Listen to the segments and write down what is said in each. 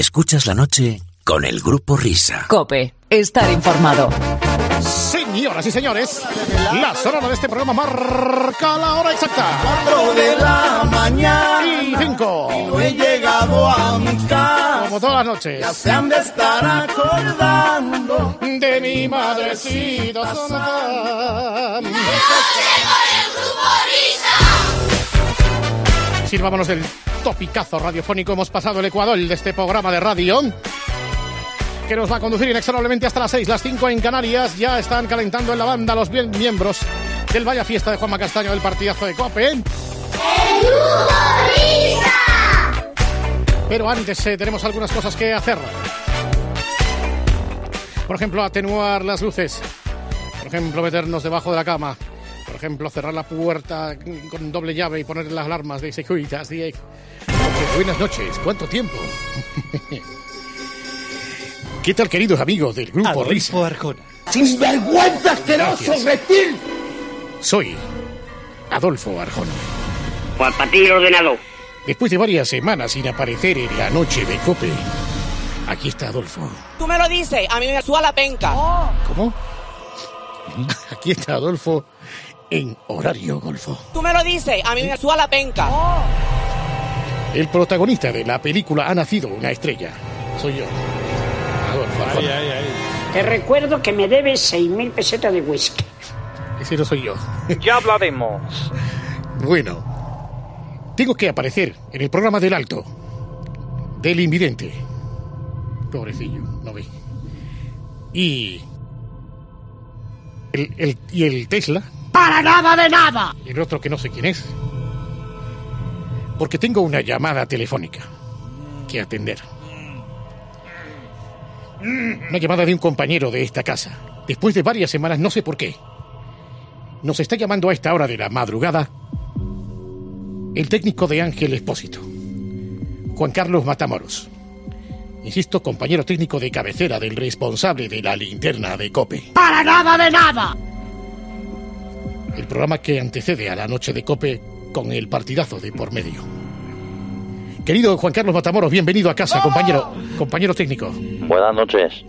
Escuchas la noche con el grupo Risa. Cope, estar informado. Señoras y señores, la sonora de este programa marca la hora exacta. 4 de la Y mañana cinco, no he llegado a mi casa como todas las noches. se han de estar acordando De mi madrecita sonora. Sirvámonos del topicazo radiofónico. Hemos pasado el Ecuador de este programa de radio. Que nos va a conducir inexorablemente hasta las 6, las 5 en Canarias. Ya están calentando en la banda los bien miembros del Vaya Fiesta de Juanma Castaño del partidazo de Cope. Pero antes eh, tenemos algunas cosas que hacer. Por ejemplo, atenuar las luces. Por ejemplo, meternos debajo de la cama. Por ejemplo, cerrar la puerta con doble llave y poner las alarmas de seguridad. de- Porque, buenas noches, ¿cuánto tiempo? ¿Qué tal, queridos amigos del Grupo Risa? Arjona. ¡Sinvergüenza asqueroso Gracias. reptil! Soy Adolfo Arjona. Pues Juan Patillo ordenado. Después de varias semanas sin aparecer en la noche de Cope, aquí está Adolfo. Tú me lo dices, a mí me suda la penca. ¿Cómo? Aquí está Adolfo en horario golfo. Tú me lo dices, a mí me suda la penca. El protagonista de la película ha nacido una estrella. Soy yo. Adolfo. Arjona. Te recuerdo que me debes 6.000 pesetas de whisky. Ese no soy yo. Ya hablaremos. Bueno, tengo que aparecer en el programa del alto, del invidente. Pobrecillo, no ve. Y. El, el- y el Tesla. ¡Para nada de nada! El otro que no sé quién es. Porque tengo una llamada telefónica que atender. Una llamada de un compañero de esta casa. Después de varias semanas, no sé por qué. Nos está llamando a esta hora de la madrugada el técnico de Ángel Espósito, Juan Carlos Matamoros. Insisto, compañero técnico de cabecera del responsable de la linterna de Cope. ¡Para nada de nada! El programa que antecede a la noche de Cope con el partidazo de por medio. Querido Juan Carlos Matamoros, bienvenido a casa, compañero, compañero técnico. Buenas noches.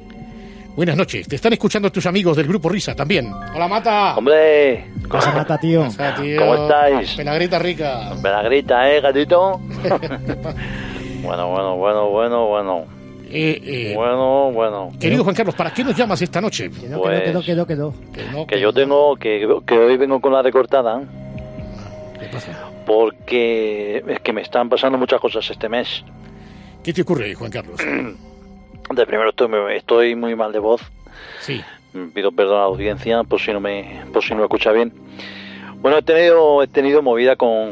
Buenas noches. Te están escuchando tus amigos del grupo Risa también. Hola, Mata. Hombre, mata, tío. ¿Cómo estáis? Pelagrita rica. me la grita, ¿eh, gatito? bueno, bueno, bueno, bueno, bueno. Eh, eh, Bueno, bueno. Querido Juan Carlos, ¿para qué nos llamas esta noche? Pues, Quedó, quedó. Que, no- que yo tengo, que, que hoy vengo con la recortada, ¿Qué pasa? porque es que me están pasando muchas cosas este mes. ¿Qué te ocurre, Juan Carlos? De primero estoy, muy- estoy muy mal de voz, Sí. pido perdón a la audiencia por si no me, por si no me escucha bien. Bueno, he tenido, he tenido movida con,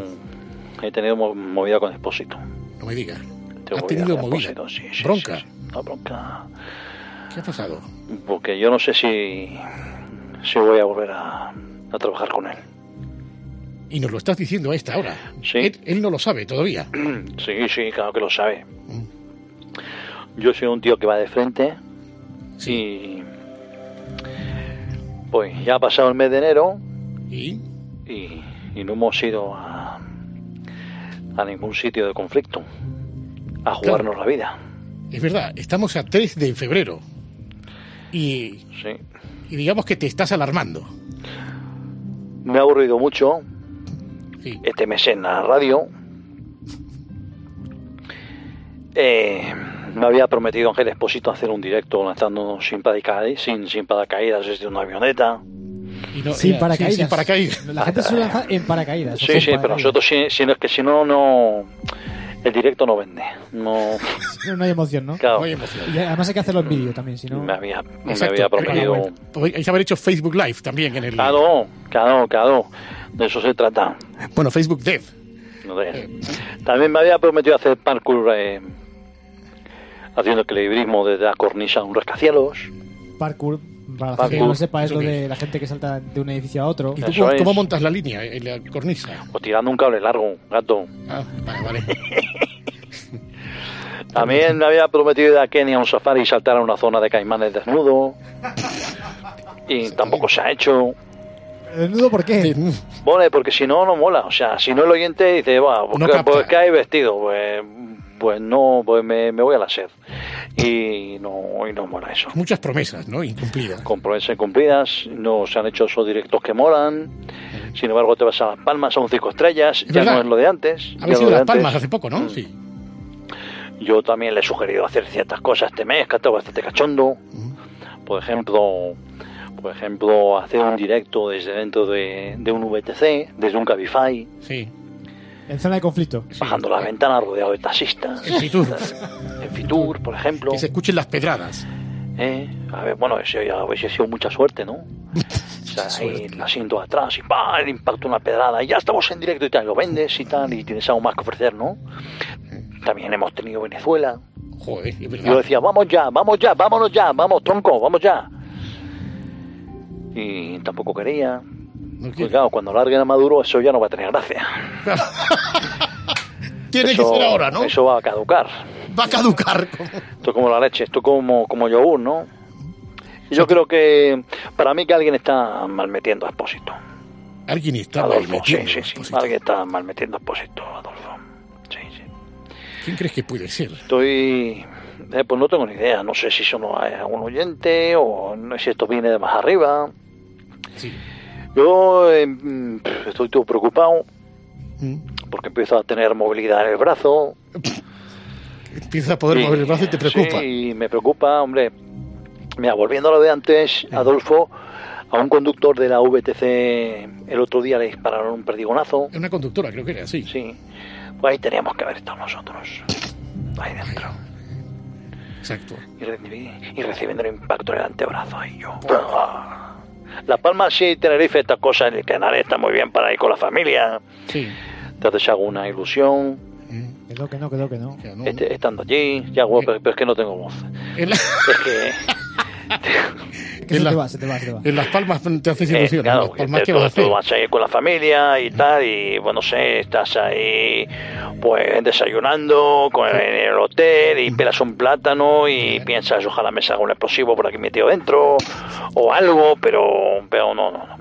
he tenido mo- movida con Expósito. No me digas. Tengo Has tenido con movida. Expósito, sí, sí, Bronca. sí, sí. Una bronca. ¿Qué ha pasado? Porque yo no sé si, si voy a volver a, a trabajar con él. Y nos lo estás diciendo a esta hora. Sí. Él, él no lo sabe todavía. Sí, sí, claro que lo sabe. Mm. Yo soy un tío que va de frente y pues ya ha pasado el mes de enero ¿Y? y, y no hemos ido a, a ningún sitio de conflicto a jugarnos la vida. Es verdad, estamos a 3 de febrero. Y, Sí. y digamos que te estás alarmando. Me ha aburrido mucho Sí. este mes en la radio. Eh, me había prometido Ángel Esposito hacer un directo lanzando sin paracaídas, sin, sin paracaídas desde una avioneta. Y no- Sin eh, paracaídas. sí, sin paracaídas. La gente se lanza en paracaídas. o Sí, con sí, pero paracaídas. nosotros sí, sí, no, es que si no, no. El directo no vende. No, No, no hay emoción, ¿no? claro. Muy emocionante. Y además hay que hacerlo en vídeo también, si no. Me había, me Exacto. había prometido. Bueno, bueno, Podríais haber hecho Facebook Live también en el. Claro, claro, claro. De eso se trata. Bueno, Facebook Dev. Entonces, Eh, También me había prometido hacer parkour eh, haciendo equilibrismo desde la cornisa a un rascacielos. Parkour, para la gente que Parkour. no sepa, es Eso lo qué de la gente que salta de un edificio a otro. ¿Y tú Eso cómo, es. cómo montas la línea en la cornisa? O tirando un cable largo, gato. Ah, vale, vale. También me había prometido ir a Kenia a un safari y saltar a una zona de caimanes desnudo. Y tampoco se ha hecho. Desnudo, Eh, ¿por qué? Bueno, porque si no, no mola. O sea, si no el oyente dice, va, No ¿qué, capta. pues, ¿qué hay vestido? Pues, pues no, pues me, me voy a la sed. Y no, y no mola eso. Muchas promesas, ¿no? Incumplidas. Con promesas incumplidas, no se han hecho esos directos que molan. Sin embargo, te vas a Las Palmas a un cinco estrellas, ya verdad. no es lo de antes. ya Habéis sido no es lo de Las antes. Palmas hace poco, Mm. ¿no? Sí. Yo también le he sugerido hacer ciertas cosas este mes, que ha estado bastante cachondo. Por ejemplo, por ejemplo, hacer un directo desde dentro de, de un VTC, desde un Cabify, Sí. En zona de conflicto. bajando la ventana rodeado de taxistas. En Fitur. En Fitur, por ejemplo. Que se escuchen las pedradas. ¿eh? A ver, bueno, eso ya hubiese sido mucha suerte, ¿no? O sea, ahí el asiento atrás y pa, el impacto de una pedrada y ya estamos en directo y tal, lo vendes y tal, y tienes algo más que ofrecer, ¿no? También hemos tenido Venezuela. Joder, es Yo verdad. decía, vamos ya, vamos ya, vámonos ya, Ah, vamos, tronco, vamos ya. Y tampoco quería. No Pues quiero- claro, cuando larguen a Maduro, eso ya no va a tener gracia. Tiene Eso- que ser ahora, ¿no? Eso va a caducar. Va a caducar. Esto es como la leche, esto es como, como yogur, ¿no? Y yo creo que para mí que alguien está malmetiendo a Expósito. Alguien está mal Adolfo, sí, metido. sí, sí. Esposito. Alguien está malmetiendo a Expósito, Adolfo. Sí, sí. ¿Quién crees que puede ser? Estoy. eh, pues no tengo ni idea, no sé si son eh, un oyente o no sé si esto viene de más arriba. Sí. Yo eh, mm, pf, estoy todo preocupado Mm. porque empiezo a tener movilidad en el brazo. Empiezas a poder mover el brazo y te preocupa. Sí, me preocupa, hombre. Mira, volviendo a lo de antes, Adolfo, a un conductor de la VTC el otro día le dispararon un perdigonazo. Era una conductora, creo que era, sí. Sí, pues ahí teníamos que haber estado nosotros. Ahí dentro. Exacto. Y, recibí- y recibiendo el impacto en el antebrazo. Ahí yo. La Palma sí, Tenerife, estas cosas, el Canarias está muy bien para ir con la familia. Sí. Te haces alguna ilusión. Mm, Quedó que no, quedó que no. ya no. Este- estando allí, ya guapo, pero, pero es que no tengo voz. Eh. En, la- Es que, Que se la- te va, se te va, se te va. en Las Palmas te haces eh, ilusión. en claro, Las Palmas, que ¿qué todo- vas a hacer? todo vas a ir con la familia y tal, y bueno, no sé, estás ahí, pues desayunando con, en el hotel y pelas un plátano y piensas, ojalá me salga un explosivo por aquí metido dentro o algo, pero, pero no, no, no.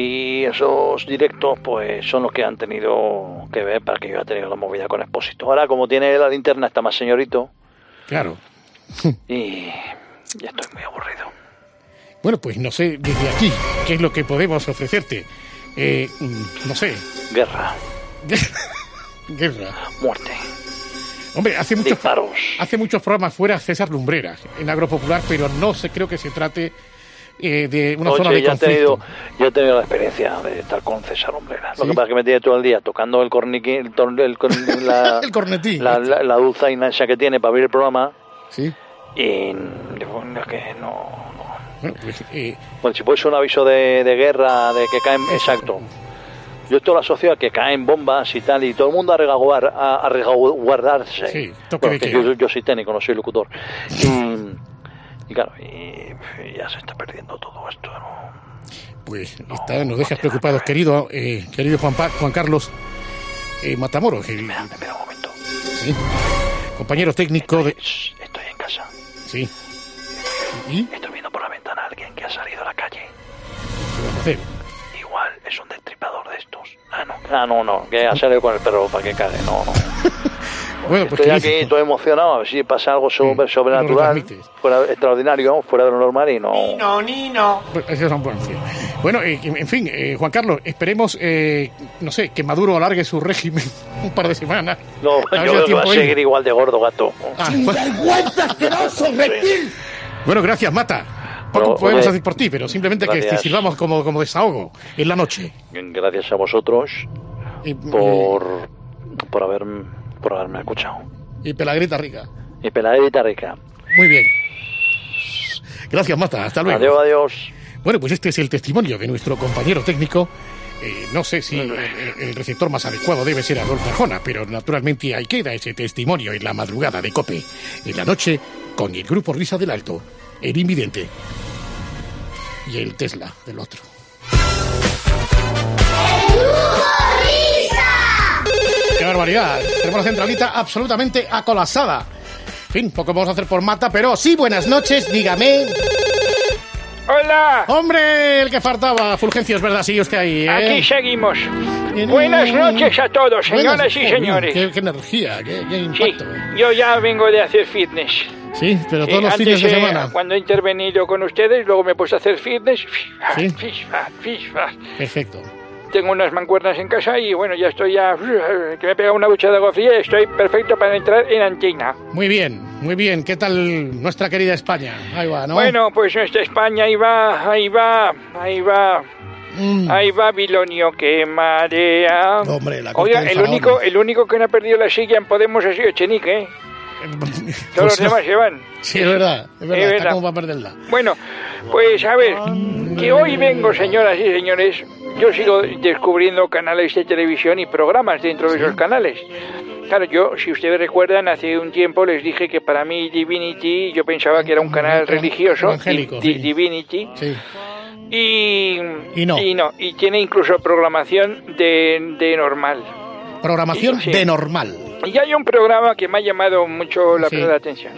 Y esos directos, pues son los que han tenido que ver para que yo haya tenido la movida con Expósito. Ahora, como tiene la linterna, está más señorito. Claro. Y ya estoy muy aburrido. Bueno, pues no sé desde aquí qué es lo que podemos ofrecerte. Eh, mm, no sé. Guerra, Guerra. muerte, Hombre, hace muchos, disparos. hace muchos programas fuera César Lumbrera en Agropopular, pero no se creo que se trate eh, de una Oye, zona de ya, he conflicto. tenido, ya he tenido la experiencia de estar con César Hombrera. Lo ¿Sí? que pasa es que me tiene todo el día tocando el corniqui, el, tor- el corn- la, El cornetín. la, la, la dulzaina esa que tiene para abrir el programa. Sí. Y bueno, es que no. no. Bueno, pues, eh, Bueno, si fuese un aviso de, de guerra, de que caen. Exacto. Yo esto lo asocio a que caen bombas y tal, y todo el mundo a, regaguar, a, a regaguardarse. Sí, toque Bueno, de que queda. yo, yo soy técnico, no soy locutor. Y, y claro, y, y ya se está perdiendo todo esto. ¿no? Pues está, nos dejas preocupados, querido, eh, querido Juan, Pa- Juan Carlos eh, Matamoros, el Espera, espera un momento. sí, compañero técnico de... Shh, Estoy en casa. Sí. ¿Y qué Estoy viendo por la ventana a alguien que ha salido a la calle. vas a hacer? Igual es un destripador de estos. Ah, no. Ah, no, no. Que ha salido con el perro para que cague. No, no. Bueno, pues Estoy querido- aquí, todo emocionado. A ver si pasa algo sobre- Sí, no sobrenatural. lo transmites. Fuera, extraordinario, fuera de lo normal y no. Nino, Nino. Bueno, esa es una buena opción. Bueno, eh, en fin, eh, Juan Carlos, esperemos, eh, no sé, que Maduro alargue su régimen un par de semanas. No, A ver si yo da creo que va a tiempo ir. seguir igual de gordo, gato. Ah, bueno, ¡Vergüenza asqueroso, reptil! bueno, gracias, Mata. Poco Bueno, podemos oye, hacer por ti, pero simplemente que Oh, gracias. te sirvamos como, como desahogo en la noche. Gracias a vosotros Y, Oh. por, por, haber, por haberme escuchado. y, y pelagrita rica. Y peladita rica. Muy bien. Gracias, Mata. Hasta luego. Adiós, adiós. Bueno, pues este es el testimonio de nuestro compañero técnico. Eh, no sé si el, el- el receptor más adecuado debe ser Adolfo Arjona, pero naturalmente ahí queda ese testimonio en la madrugada de Cope, en la noche con el grupo Risa del Alto, el Invidente y el Tesla del otro. ¡Qué barbaridad! Tenemos la centralita absolutamente acolasada. En fin, poco vamos a hacer por mata, pero sí, buenas noches, dígame. Hola. Hombre, el que faltaba. Fulgencio, es verdad, sigue usted ahí, ¿eh? Aquí seguimos. Buenas noches a todos, señoras Buenas- y Joder, señores. Qué, qué energía, qué, qué Sí, impacto. yo ya vengo de hacer fitness. Sí, pero Sí, todos los antes, fines de eh, semana. Cuando he intervenido con ustedes, luego me he puesto a hacer fitness. Sí. Fisfas, fisfas. Perfecto. Tengo unas mancuernas en casa y bueno, ya estoy ya. Que me he pegado una ducha de agua fría y estoy perfecto para entrar en Antina. Muy bien, muy bien. ¿Qué tal nuestra querida España? Ahí va, ¿no? Bueno, pues nuestra España, ahí va, ahí va, ahí va. Ahí va Bilonio, que marea. Mm. Hombre, la corte Oiga, del el faraón. ¿eh? único, el único que no ha perdido la silla en Podemos ha sido Chenique, ¿eh? Todos los Pues no. demás se van. Sí, es verdad, es verdad. Es está verdad. como para perderla. Bueno, pues a ver, que hoy vengo, señoras y señores, yo sigo descubriendo canales de televisión y programas dentro de esos canales. Claro, yo, si ustedes recuerdan, hace un tiempo les dije que para mí Divinity, yo pensaba que era un canal religioso, Evangélico, Di- sí. Divinity, Sí. y, Y no. y y tiene incluso programación de, de normal. Programación Sí. de normal. Y hay un programa que me ha llamado mucho la, Sí. la atención.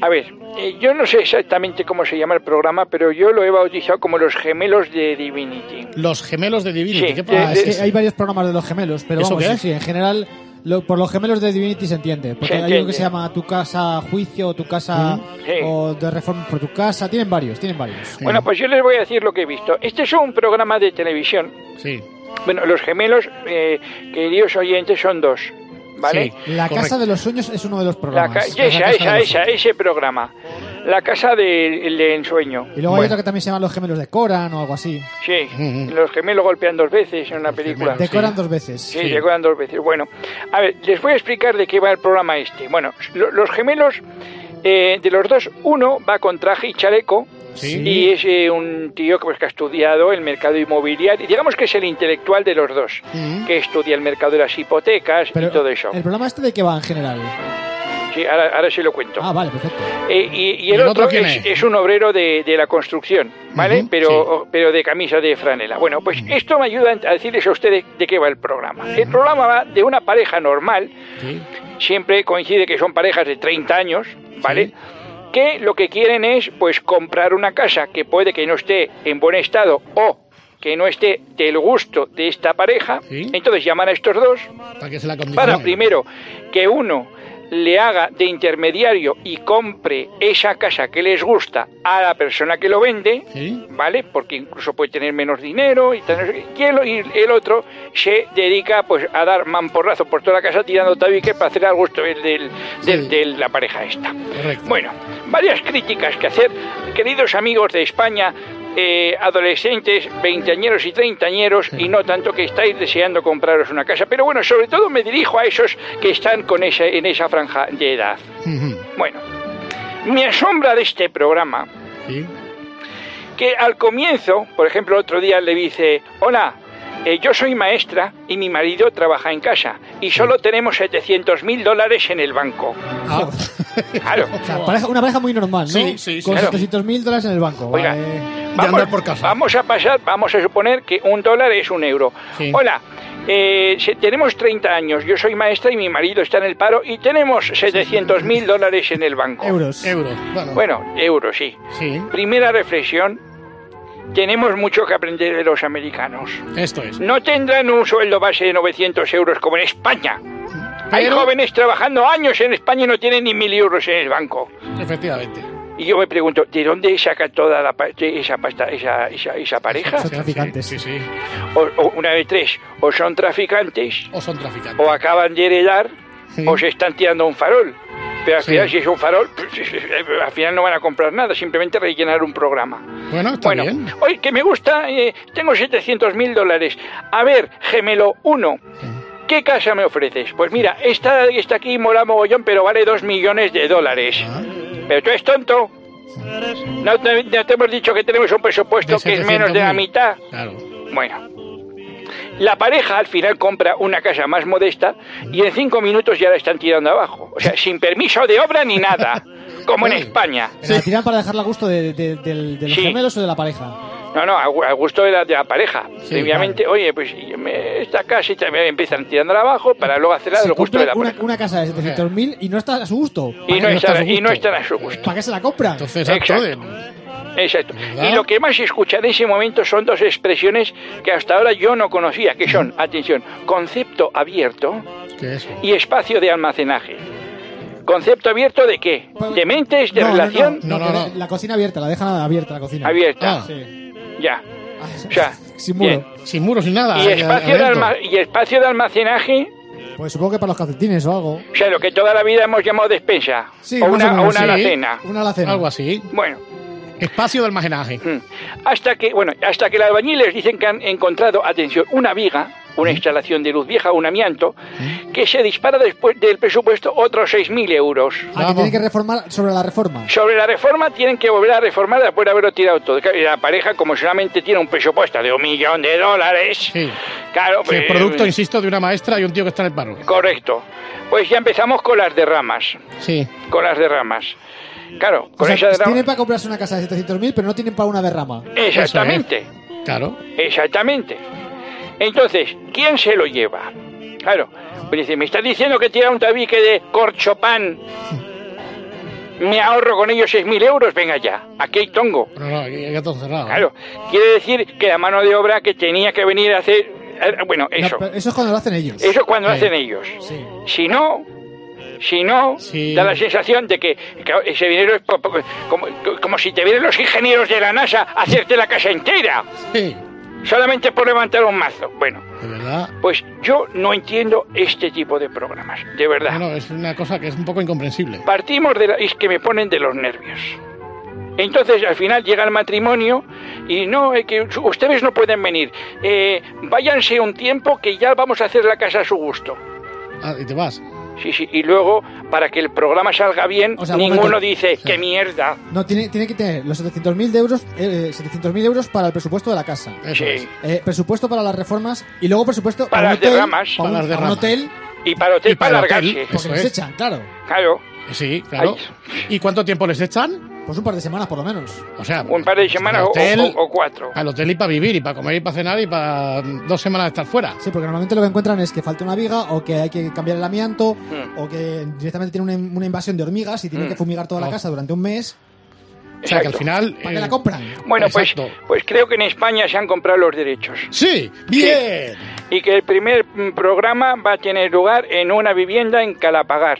A ver, eh, yo no sé exactamente cómo se llama el programa, pero yo lo he bautizado como los gemelos de Divinity. Eh, Los gemelos de Divinity. Sí, ¿Qué de- pasa? Ah, de- es que hay varios programas de los gemelos, pero ¿Eso vamos, qué sí, es? sí, en general, lo- por los gemelos de Divinity se entiende. Porque Se hay uno entiende. que se llama Tu casa juicio, o Tu casa Sí. Mm. o de reforma por tu casa. Tienen varios, tienen varios. Bueno, pues yo les voy a decir lo que he visto. Este es un programa de televisión. Sí. Bueno, los gemelos, eh, queridos oyentes, son dos. ¿Vale? sí, La correcto. casa de los sueños es uno de los La programas. ca- La esa, Casa de esa, los esa, Sueños. ese programa. La casa del de ensueño. Y luego hay Bueno. otro que también se llama Los gemelos de Coran o algo así. Sí, Ujú. los gemelos golpean dos veces en una película. De Coran dos veces. Sí, llegó dando dos veces. Bueno, a ver, les voy a explicar de qué va el programa este. Bueno, lo- los gemelos, eh, de los dos, uno va con traje y chaleco. Sí. Y es eh, un tío que, pues, que ha estudiado el mercado inmobiliario. Digamos que es el intelectual de los dos, Ujú. que estudia el mercado de las hipotecas y todo eso. ¿El programa este de qué va en general? Sí, ahora, ahora sí lo cuento. Ah, vale, perfecto. Eh, y, y el, otro, quién es, es? es un obrero de, de la construcción, ¿vale? Ujú, pero, sí. o- pero de camisa de franela. Bueno, pues esto me ayuda a decirles a ustedes de qué va el programa. El programa va de una pareja normal, Sí. siempre coincide que son parejas de 30 años, ¿vale? Sí. Que lo que quieren es pues comprar una casa que puede que no esté en buen estado o que no esté del gusto de esta pareja. Sí. Entonces llaman a estos dos Para que se la para condicionen. primero que uno le haga de intermediario y compre esa casa que les gusta a la persona que lo vende, Sí. ¿vale? Porque incluso puede tener menos dinero y tal, no sé qué. Y el, y el otro se dedica pues a dar mamporrazo por toda la casa tirando tabiques para hacer al gusto del, del- del- Sí. de la pareja esta. Correcto. Bueno, varias críticas que hacer, queridos amigos de España, eh, adolescentes, veinteañeros y treintañeros, y no tanto que estáis deseando compraros una casa. Pero bueno, sobre todo me dirijo a esos que están con esa, en esa franja de edad. Ujú. Bueno, me asombra de este programa Sí. que al comienzo, por ejemplo, otro día le dice, hola, eh, yo soy maestra y mi marido trabaja en casa y solo tenemos 700 mil dólares en el banco. Ah. Claro. O sea, pareja- una pareja muy normal, ¿no? Sí, sí, sí. Con Claro. 700 mil dólares en el banco. Oiga. Vale. de andar por casa. Vamos a pasar, vamos a suponer que un dólar es un euro. Sí. Hola, eh, se- tenemos 30 años, yo soy maestra y mi marido está en el paro y tenemos 700 mil dólares en el banco. Euros. Euros. Bueno. Bueno, euros, sí. Sí. Primera reflexión, tenemos mucho que aprender de los americanos. Esto es. No tendrán un sueldo base de 900 euros como en España. Hay Pero- jóvenes trabajando años en España y no tienen ni mil euros en el banco. Efectivamente. Y yo me pregunto, ¿de dónde saca toda la pa- esa pasta, esa, esa, esa pareja? Son traficantes. Sí, sí. o, o una de tres, o son traficantes, O son traficantes. o acaban de heredar, Sí. o se están tirando un farol. Pero al Sí. final, si es un farol, al final no van a comprar nada, simplemente rellenar un programa. Bueno, está bueno, bien. hoy que me gusta, eh, tengo 700 mil dólares. A ver, gemelo uno, ¿Qué casa me ofreces? Pues mira, esta que está aquí mola mogollón, pero vale 2 millones de dólares. Ah. Pero tú eres tonto. No te, no te hemos dicho que tenemos un presupuesto que es menos de la 700.000. mitad. Claro. Bueno, la pareja al final compra una casa más modesta y en cinco minutos ya la están tirando abajo. O sea, sin permiso de obra ni nada, como en Uy. España. ¿La tiran para dejarla a gusto de, de- del- de los Sí. gemelos o de la pareja? No, no, a gu- a gusto de la, de la pareja. Sí, Previamente, oye, pues y me- esta casa y tal, empiezan tirándola abajo para luego hacerla Se del gusto de la compran una, pareja. una casa de 700 mil y no está a su gusto. Y no no, está a están, su y no gusto. están a su gusto. ¿Para qué se la compran? Entonces, Exacto. actúen. Exacto. ¿Verdad? Y lo que más escucha en ese momento son dos expresiones que hasta ahora yo no conocía, que son, atención, concepto abierto ¿Qué es? y espacio de almacenaje. ¿Concepto abierto de qué? ¿De mentes? ¿De No, no, no, relación? no, No, no, que no. La cocina abierta, la dejan abierta la cocina. Abierta. Ah, Sí. Ya. Ah, O sea, sin muro. bien. sin muros ni nada. Y eh, espacio, de Alberto. alma- y espacio de almacenaje, Pues supongo que para los calcetines o algo. o sea, lo que toda la vida hemos llamado despensa. Sí, o más una, o menos, o una sí. alacena. Una alacena. Algo así. Bueno, Espacio de almacenaje. Mm. Hasta que, bueno, hasta que los albañiles dicen que han encontrado, atención, una viga, una instalación de luz vieja, un amianto, que se dispara después del presupuesto otros 6.000 euros. Ah, que Vamos. tiene que reformar sobre la reforma. Sobre la reforma tienen que volver a reformar después de haberlo tirado todo. Claro, y La pareja, como solamente tiene un presupuesto de un millón de dólares, Sí. claro, Que pues, producto, insisto, de una maestra y un tío que está en el paro. correcto. Pues ya empezamos con las derramas, Sí. con las derramas. Claro, O con sea, esas tienen derramas. para comprarse una casa de 700.000, pero no tienen para una derrama. Exactamente. Claro. Exactamente. Entonces, ¿quién se lo lleva? Claro, pues dice, me estás diciendo que tira un tabique de corchopán. Me ahorro con ellos 6.000 euros, venga ya, aquí hay tongo. No, no, aquí hay gato cerrado. Claro, quiere decir que la mano de obra que tenía que venir a hacer... eh, Bueno, No, eso, pero eso es cuando lo hacen ellos. eso es cuando Sí. hacen ellos. Sí. Si no, si no, Sí. da la sensación de que claro, ese dinero es po- po- como, como si te vienen los ingenieros de la NASA a hacerte la casa entera, Sí. solamente por levantar un mazo. Bueno, De verdad. pues yo no entiendo este tipo de programas, de verdad. Bueno, es una cosa que es un poco incomprensible. Partimos de la... es que me ponen de los nervios. Entonces al final llega el matrimonio y no, eh, que su- ustedes no pueden venir. Eh, váyanse un tiempo que ya vamos a hacer la casa a su gusto. Ah, y te vas. Sí, sí, y luego para que el programa salga bien, O sea, un ninguno momento. dice, Sí. qué mierda. No, tiene, tiene que tener los 700.000 de euros, eh, 700.000 euros para el presupuesto de la casa. Eso Sí. es. Eh, presupuesto para las reformas y luego presupuesto Para un las hotel, derramas. Para, un- Para las para un derramas. hotel, Y para hotel, Y para, para hotel. largarse. porque Eso les es. echan, claro. Claro, Sí, claro. ¿Y cuánto tiempo les echan? Pues un par de semanas por lo menos. O sea, un par de semanas al o, hotel, o- o cuatro. Al hotel y para vivir, y para comer, y para cenar, y para mm, dos semanas estar fuera. Sí, porque normalmente lo que encuentran es que falta una viga o que hay que cambiar el amianto Mm. o que directamente tiene una, una invasión de hormigas y tienen Mm. que fumigar toda la Oh. casa durante un mes O sea, que al Exacto. final. para eh, que la compran. Bueno, pues, Exacto. pues creo que en España se han comprado los derechos. Sí, bien. y que el primer mm, programa va a tener lugar en una vivienda en Calapagar.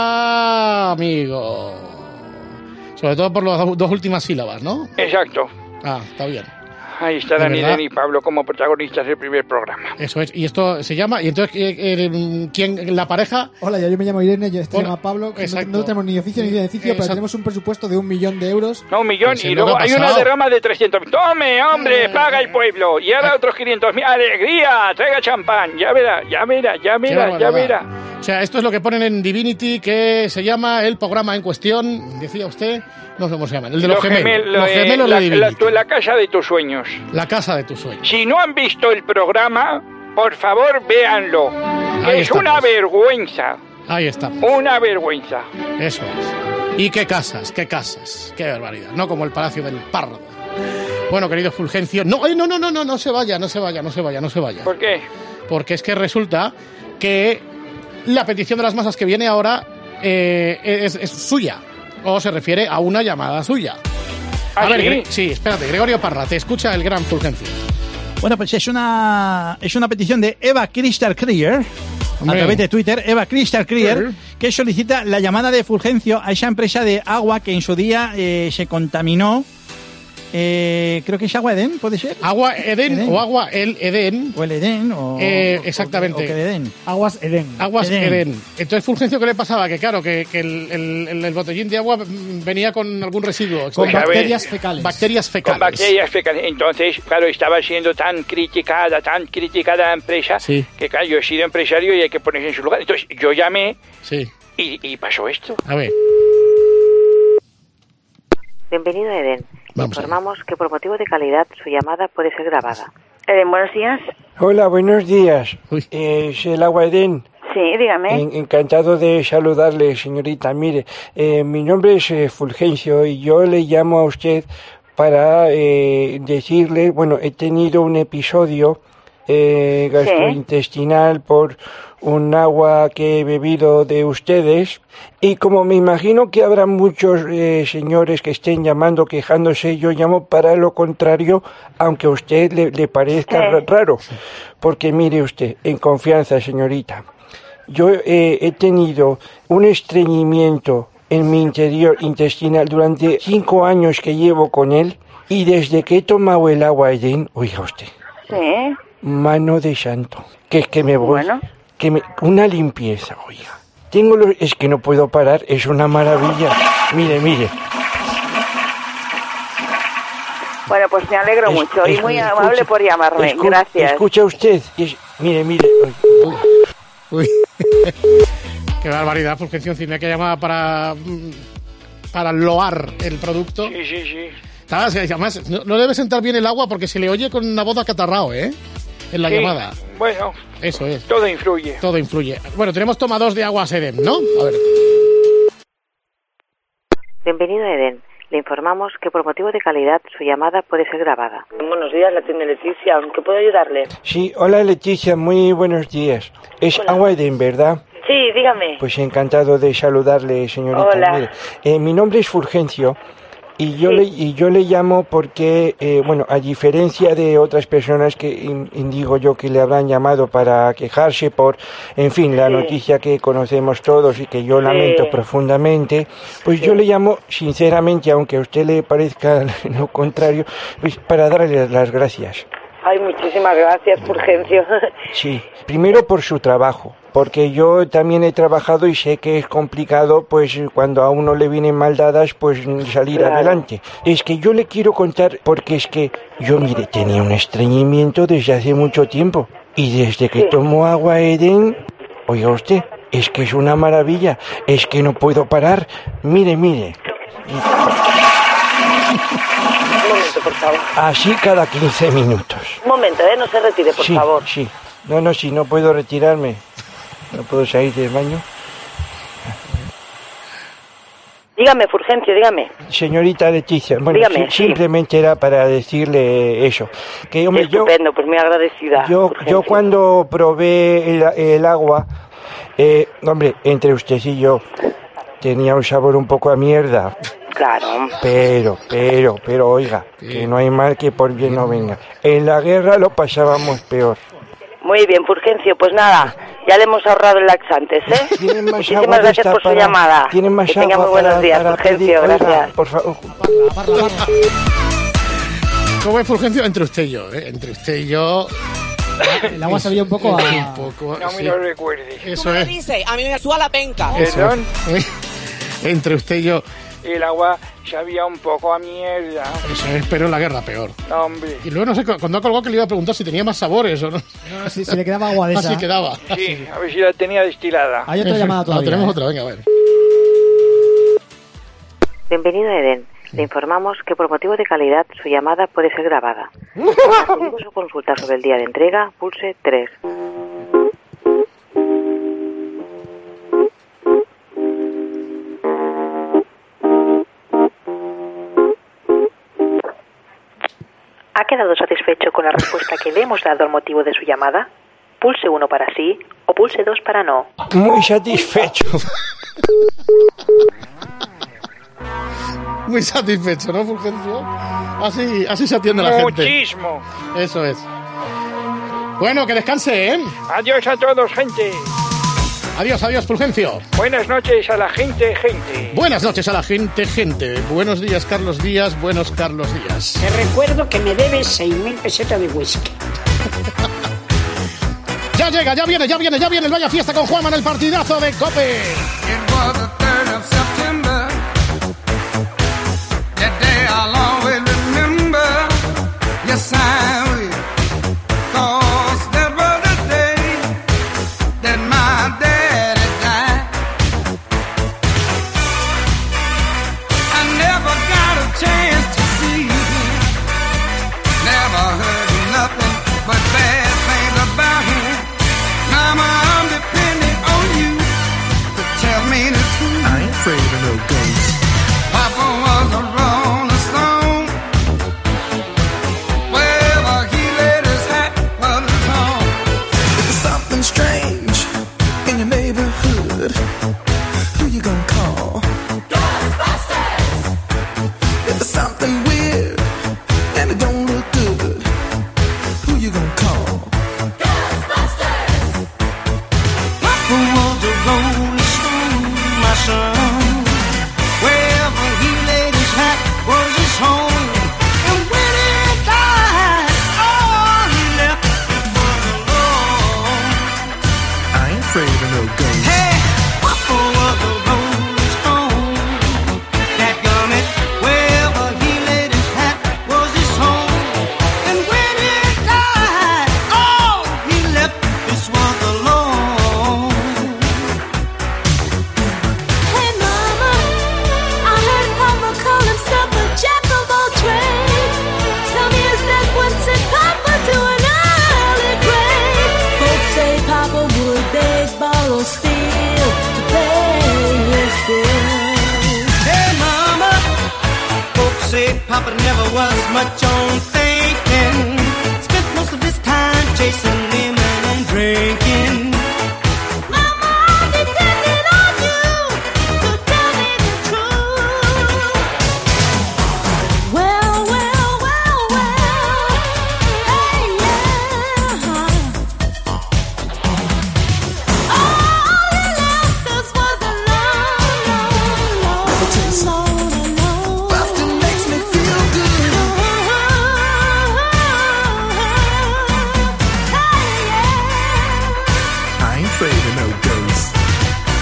Ah, amigo. Sobre todo por las do- dos últimas sílabas, ¿no? Exacto. Ah, está bien. Ahí estarán ¿De verdad? Irene y Pablo como protagonistas del primer programa. Eso es. Y esto se llama. Y entonces, eh, eh, ¿quién? La pareja. Hola, ya yo me llamo Irene, yo este se Hola. llama Pablo. que No, Exacto. no tenemos ni oficio ni beneficio, pero Mm, Exacto. tenemos un presupuesto de un millón de euros. No, un millón Pues es y lo luego que ha hay una pasado. Eh. derrama de 300.000. ¡Tome, hombre! ¡Paga el pueblo! Y ahora otros 500.000. ¡Alegría! ¡Traiga champán! Ya verá, ya verá, ya Qué verá, ya barbaridad. verá. O sea, esto es lo que ponen en Divinity, que se llama el programa en cuestión, decía usted, no sé cómo se llaman, el de los, gemelos, gemel- lo los de- gemelos eh, la, de la- Divinity, tu- la casa de tus sueños. la casa de tus sueños. Si no han visto el programa, por favor véanlo. Ahí es una estamos. vergüenza. Ahí estamos, Una vergüenza. eso es. Y qué casas, qué casas, qué barbaridad, no como el Palacio del Pardo. Bueno, querido Fulgencio, no, ay, no, no, no, no, no se vaya, no se vaya, no se vaya, no se vaya. ¿Por qué? Porque es que resulta que la petición de las masas que viene ahora eh, es, es suya, o se refiere a una llamada suya. A ¿Ah, ver, sí? Gre- sí, espérate, Gregorio Parra, te escucha el gran Fulgencio. Bueno, pues es una, es una petición de Eva Crystal Clear. A Hombre. través de Twitter, Eva Crystal Clear, Sí. que solicita la llamada de Fulgencio a esa empresa de agua que en su día eh, se contaminó. Eh, creo que es Agua Edén, ¿puede ser? Agua Edén, Edén. o agua el Edén, O el Edén, o. Eh, o- exactamente. o que Edén. Aguas Edén. aguas Edén. Edén. Entonces, Fulgencio, ¿qué le pasaba? Que claro, que, que el, el- el- el botellín de agua mm, venía con algún residuo. Con Pues, a ver, bacterias fecales. Bacterias fecales. Con bacterias fecales. Entonces, claro, estaba siendo tan criticada, tan criticada la empresa, Sí. que claro, yo he sido empresario y hay que ponerse en su lugar. Entonces, yo llamé Sí, y, y pasó esto. a ver. Bienvenido a Eden. Vamos a ver. Informamos que por motivo de calidad su llamada puede ser grabada. Eden, buenos días. Hola, buenos días. Uy. Es el agua Edén. Sí, dígame. En- Encantado de saludarle, señorita. Mire, eh, mi nombre es eh, Fulgencio y yo le llamo a usted para eh, decirle, bueno, he tenido un episodio eh, gastrointestinal por un agua que he bebido de ustedes. Y como me imagino que habrá muchos eh, señores que estén llamando, quejándose, yo llamo para lo contrario, aunque a usted le, le parezca ra- raro. Porque mire usted, en confianza, señorita, yo eh, he tenido un estreñimiento en mi interior intestinal durante cinco años que llevo con él y desde que he tomado el agua Eden, oiga usted, Sí. mano de santo, que es que me voy, que me, una limpieza, oiga. Tengo los, es que no puedo parar, es una maravilla. Mire, mire. Bueno, pues me alegro Es- mucho y es- muy escuche, amable por llamarme. escu- Gracias. Escucha usted, es- mire, mire. Uy. Qué barbaridad, Fulgencio Encina, que llamaba para, mm, para loar el producto. Sí, sí, sí. Además, no, no debe sentar bien el agua porque se le oye con una voz acatarrao, ¿eh? En la Sí, llamada. Bueno, Eso es. todo influye. Todo influye. Bueno, tenemos toma dos de agua sedem, ¿no? A ver. Bienvenido a Eden. Le informamos que por motivo de calidad su llamada puede ser grabada. Buenos días, la tiene Leticia. ¿En qué puedo ayudarle? Sí, hola Leticia, muy buenos días. Es agua Eden, ¿verdad? Sí, dígame. Pues encantado de saludarle, señorita. Hola. Mire, eh, mi nombre es Fulgencio y yo, le, y yo le llamo porque, eh, bueno, a diferencia de otras personas que in- in- digo yo que le habrán llamado para quejarse por, en fin, la Sí. noticia que conocemos todos y que yo Sí. lamento profundamente, pues yo le llamo sinceramente, aunque a usted le parezca lo contrario, pues para darle las gracias. Ay, muchísimas gracias, Fulgencio. Sí, primero por su trabajo, porque yo también he trabajado y sé que es complicado, pues cuando a uno le vienen mal dadas, pues salir Claro. adelante. Es que yo le quiero contar, porque es que yo, mire, tenía un estreñimiento desde hace mucho tiempo, y desde que Sí. tomo agua Eden, oiga usted, es que es una maravilla, es que no puedo parar, mire, mire. Un momento, por favor. Así cada 15 minutos. Un momento, ¿eh? No se retire, por sí, favor. Sí. No, no, si no puedo retirarme. No puedo salir del baño. Dígame, Fulgencio, dígame. Señorita Leticia, bueno, Dígame, si- sí. simplemente era para decirle eso. Que hombre, yo, Estupendo, pues muy agradecida. yo, yo Fulgencio. cuando probé el, el agua, eh, hombre, entre usted y yo, tenía un sabor un poco a mierda. Claro. Pero, pero, pero, oiga, que no hay mal que por bien no venga. En la guerra lo pasábamos peor. Muy bien, Fulgencio, pues nada. Ya le hemos ahorrado el laxantes, ¿eh? agua Muchísimas de gracias esta por su para- llamada. tienen más que tenga agua muy buenos para- días, para Fulgencio. pedir. Oiga, Gracias. Por favor. ¿Cómo es Fulgencio? Entre usted y yo, ¿eh? Entre usted y yo. El agua sabía un poco Entre a- Un poco, No me sí. lo recuerde. Tú Eso me es. dices, a mí me suda la penca. Eso es. Perdón. ¿Eh? Entre usted y yo. El agua sabía un poco a mierda. Eso es, pero en la guerra peor. Hombre. Y luego no sé, cu- cuando ha colgado que le iba a preguntar si tenía más sabores o no. Si, si Ah, le quedaba agua de esa. Así quedaba. Sí, a ver si la tenía destilada. Hay otra llamada No, todavía. tenemos ¿eh? otra, venga, a ver. Bienvenido a Eden. Le informamos que por motivo de calidad su llamada puede ser grabada. Para pedir su consulta sobre el día de entrega, pulse 3. ¿Ha quedado satisfecho con la respuesta que le hemos dado al motivo de su llamada? Pulse 1 para sí o pulse 2 para no. Muy satisfecho. Muy satisfecho, ¿no, Fulgencio? Así, así se atiende la gente. Muchísimo. Eso es. Bueno, que descanse, ¿eh? Adiós a todos, gente. Adiós, adiós, Fulgencio. Buenas noches a la gente, gente. Buenas noches a la gente, gente. Buenos días, Carlos Díaz. Buenos Carlos Díaz. Te recuerdo que me debes 6.000 pesetas de whisky. Ya llega, ya viene, ya viene, ya viene el Vaya Fiesta con Juanma en el partidazo de COPE. I ain't afraid of no ghosts. Papa was a rolling stone. Wherever he laid his hat was his home. Papa never was much on thinking. Spent most of his time chasing women and drinking. Mama, I've been depending on you to tell me the truth. Well, well, well, well. Hey, yeah. All he left us was a long, long, long, long, alone. Bustin' makes me feel good. I ain't afraid of no ghosts.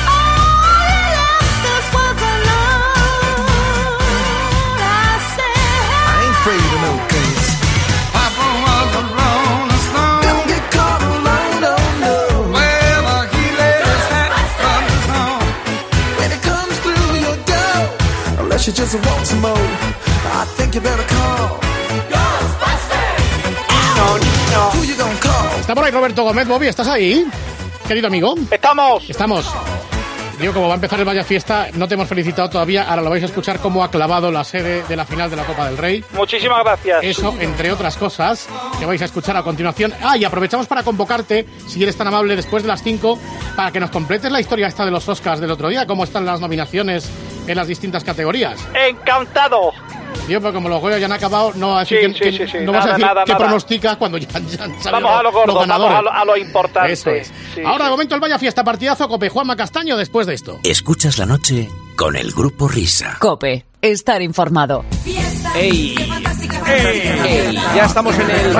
All he left us was alone. I said. I ain't afraid of no ghosts. Papa was a loner, son. Don't get caught alone, no, no. Wherever he lays his hat from his home. When it comes through your door, unless you just want some more, I think you better call. Who you gonna call? Está por ahí Roberto Gómez Bobby, ¿estás ahí? Querido amigo. Estamos. Estamos. Digo, como va a empezar el Vaya Fiesta, no te hemos felicitado todavía, ahora lo vais a escuchar cómo ha clavado la sede de la final de la Copa del Rey. Muchísimas gracias. Eso, entre otras cosas, que vais a escuchar a continuación. Ah, y aprovechamos para convocarte, si eres tan amable, después de las 5, para que nos completes la historia esta de los Oscars del otro día, cómo están las nominaciones en las distintas categorías. Encantado. Yo, pero como los Goya ya han acabado, no, vas a decir Sí, quién- sí, quién- sí, sí. no vas a Nada, decir nada, qué nada. pronosticas cuando ya, ya han salido Vamos a lo gordo, los vamos ganadores. a lo, a lo importante. Eso es. Sí, Ahora sí. de momento el Vaya Fiesta, partidazo, Cope, Juanma Castaño, después de esto. Escuchas la noche con el grupo Risa. Cope, estar informado. ¡Ey! ¡Ey! Ya estamos en el.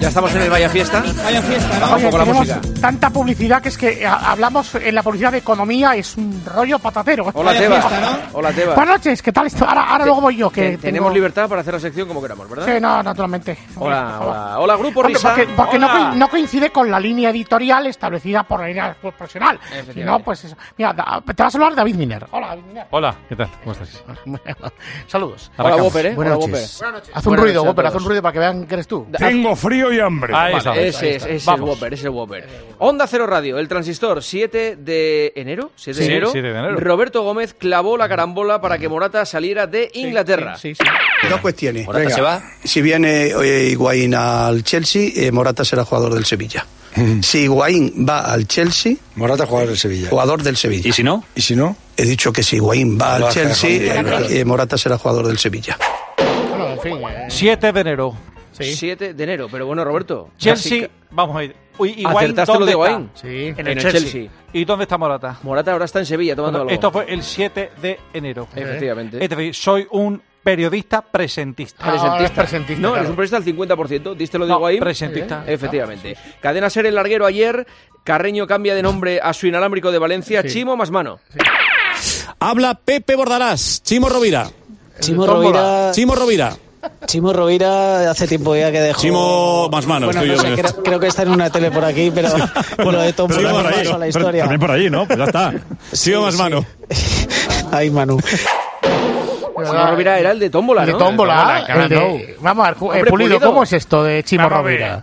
Ya estamos en el Vaya Fiesta. Vaya Fiesta. Baja un Oye, poco la tenemos música. tanta publicidad que es que a- hablamos en la publicidad de economía, es un rollo patatero. Hola, Teba. Hola, Teba. Buenas noches, ¿qué tal? esto? Ahora, ahora luego voy yo. Que Te- Tenemos tengo- libertad para hacer la sección como queramos, ¿verdad? Sí, no, naturalmente. Hola, hola. Hola, Grupo Hombre, Risa. porque porque no, Hola. co- no coincide con la línea editorial establecida por la línea profesional. Efectivamente. Si no, pues eso. Mira, da- te va a saludar David Miner. Hola, David Miner. Hola, ¿qué tal? ¿Cómo estás? Saludos. Arrancamos. ¿eh? Buenas noches. Haz un ruido, Whopper, haz un ruido para que vean que eres tú. Tengo frío y hambre. Ahí Vale, está. ese Ahí es, está. ese es el Vamos. Whopper, ese es el Whopper. Onda Cero Radio, el transistor, 7 de enero. 7 de Sí, enero. 7 de enero. Roberto Gómez clavó la carambola para que Morata saliera de Inglaterra. Dos cuestiones. Morata se va. Si viene eh, Higuaín al Chelsea, eh, Morata será jugador del Sevilla. Si Higuaín va al Chelsea... Morata jugador del Sevilla. Jugador del Sevilla. ¿Y si no? ¿Y si no? He dicho que si Higuaín va al Baja, Chelsea, joder. eh, eh, Morata será jugador del Sevilla. Bueno, en fin. eh, 7 de enero. 7 de enero, pero bueno, Roberto. Chelsea, casi- vamos a ir. Uy, Higuaín, ¿Acertaste lo ¿dónde de está? Higuaín? En el Chelsea. ¿Y dónde está Morata? Morata ahora está en Sevilla tomando Bueno, algo. esto fue el 7 de enero. Eh, Efectivamente. Es decir, soy un periodista Ah, presentista. Ah, No, eres un presentista al 50%. Diste lo de No, Higuaín. ¿eh? presentista. Efectivamente. Cadena Ser el larguero ayer. Carreño cambia de nombre a su inalámbrico de Valencia. Sí. Chimo más mano. Habla Pepe Bordarás, Chimo Rovira. Chimo Rovira. Chimo Rovira. Chimo Rovira hace tiempo ya que dejó. Chimo más mano, Bueno, estoy no yo. sé, creo, creo que está en una tele por aquí, pero por lo de Tom Pero Brady por ahí, pasó la pero historia. También por ahí, ¿no? Pues ya está. Chimo más mano. Ay, Manu. Chimo Rovira era el de Tómbola, De ¿no? Tómbola. El de el de- Tómbola, claro. Vamos a ver, ju- eh, Hombre, Pulido, Pulido. ¿cómo es esto de Chimo Vamos a ver. Rovira?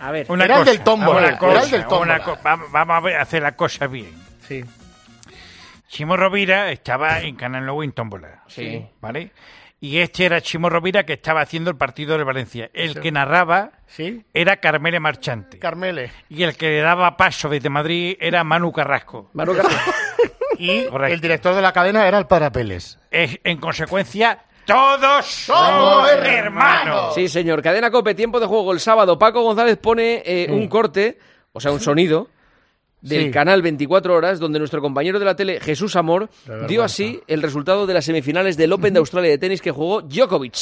A ver. Era el del tómbola, una era cosa, el del tómbola. una co- va- vamos a ver- hacer la cosa bien. Sí. Chimo Rovira estaba en Canal Nuevo en Tómbola. Sí. ¿Vale? Y este era Chimo Rovira que estaba haciendo el partido de Valencia. El Sí. que narraba Sí. era Carmele Marchante. Carmele. Y el que le daba paso desde Madrid era Manu Carrasco. Manu Carrasco. Y el director de la cadena era el Parapeles. Es- en consecuencia, todos Somos somos hermanos. Sí, señor. Cadena Cope, tiempo de juego. El sábado, Paco González pone eh, un corte, o sea, un sonido, del Sí. canal 24 Horas, donde nuestro compañero de la tele, Jesús Amor, dio así el resultado de las semifinales del Open de Australia de tenis que jugó Djokovic.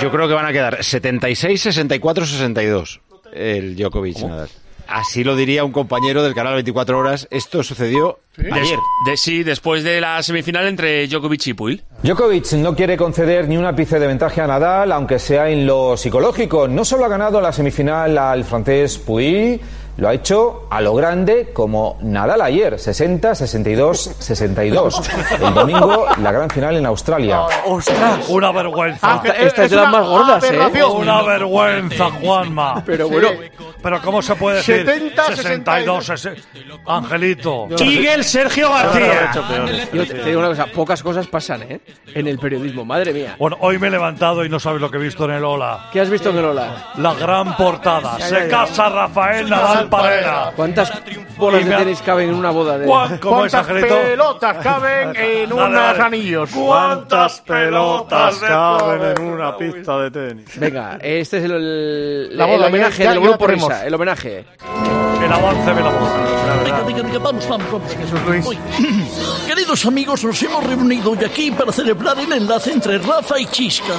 Yo creo que van a quedar 76, 64, 62. El Djokovic, Nadal. Así lo diría un compañero del canal 24 Horas. Esto sucedió ayer. De, sí, después de la semifinal entre Djokovic y Puig. Djokovic no quiere conceder ni un ápice de ventaja a Nadal, aunque sea en lo psicológico. No solo ha ganado la semifinal al francés Puy, Lo ha hecho a lo grande como Nadal ayer, 60, 62, 62. El domingo la gran final en Australia. ¡Ostras! Una vergüenza. Esta- estas eran más gordas, ¿eh? aberración. Una vergüenza, Juanma. Pero Sí. bueno. Pero ¿cómo se puede decir? 70, 62, sesen- Angelito. Miguel Sergio Yo eh, te, te digo una cosa, pocas cosas pasan, ¿eh? En el periodismo, madre mía. Bueno, hoy me he levantado y no sabes lo que he visto en el Ola. ¿Qué has visto en el Ola? La gran portada. Ya, ya, Se ya. casa Rafael Nadal Parera. ¿Cuántas bolas Y de me ha- tenis caben en una boda de.? ¿Cuán- cómo es, ¿Cuántas Angelito? pelotas caben en Dale, unos dale. anillos? ¿Cuántas pelotas caben en una pista de tenis? Venga, este es el, el- La boda, el ya- homenaje ya- del ya la grupo tenemos. Risa, el homenaje. El avance de la voz. Venga, venga, venga, vamos, vamos, vamos. Hoy, Queridos amigos, nos hemos reunido hoy aquí para celebrar el enlace entre Rafa y Chisca.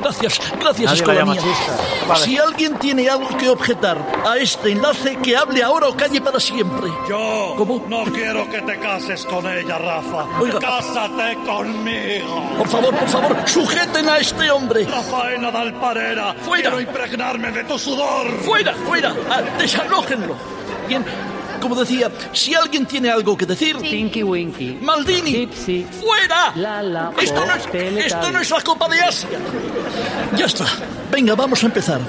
Gracias, gracias, Nadie la llama Escobanía. Chisca. Vale. Si alguien tiene algo que objetar a este enlace, que hable ahora o calle para siempre. Yo no quiero que te cases con ella, Rafa. Cásate conmigo. Por favor, por favor, sujeten a este hombre. Rafael Nadal Parera. Fuera. Quiero impregnarme de tu sudor. Fuera, fuera, Ah, desalójenlo. Bien, como decía, si alguien tiene algo que decir. Tinky Winky. Maldini. Fuera. esto, no es, esto no es la Copa de Asia. Ya está. Venga, vamos a empezar.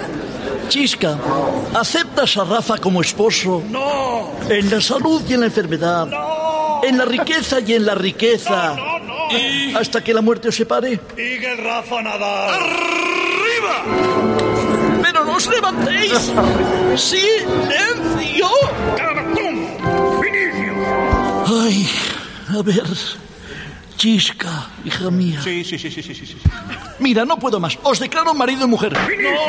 Chisca, ¿aceptas a Rafa como esposo? No. En la salud y en la enfermedad. En la riqueza y en la riqueza. Hasta que la muerte os separe. Sigue el Rafa Nadal. Pero no os levantéis. ¡Silencio! Ay, a ver. Chisca, hija mía. Sí, sí, sí, sí, sí, sí. Mira, no puedo más. Os declaro marido y mujer.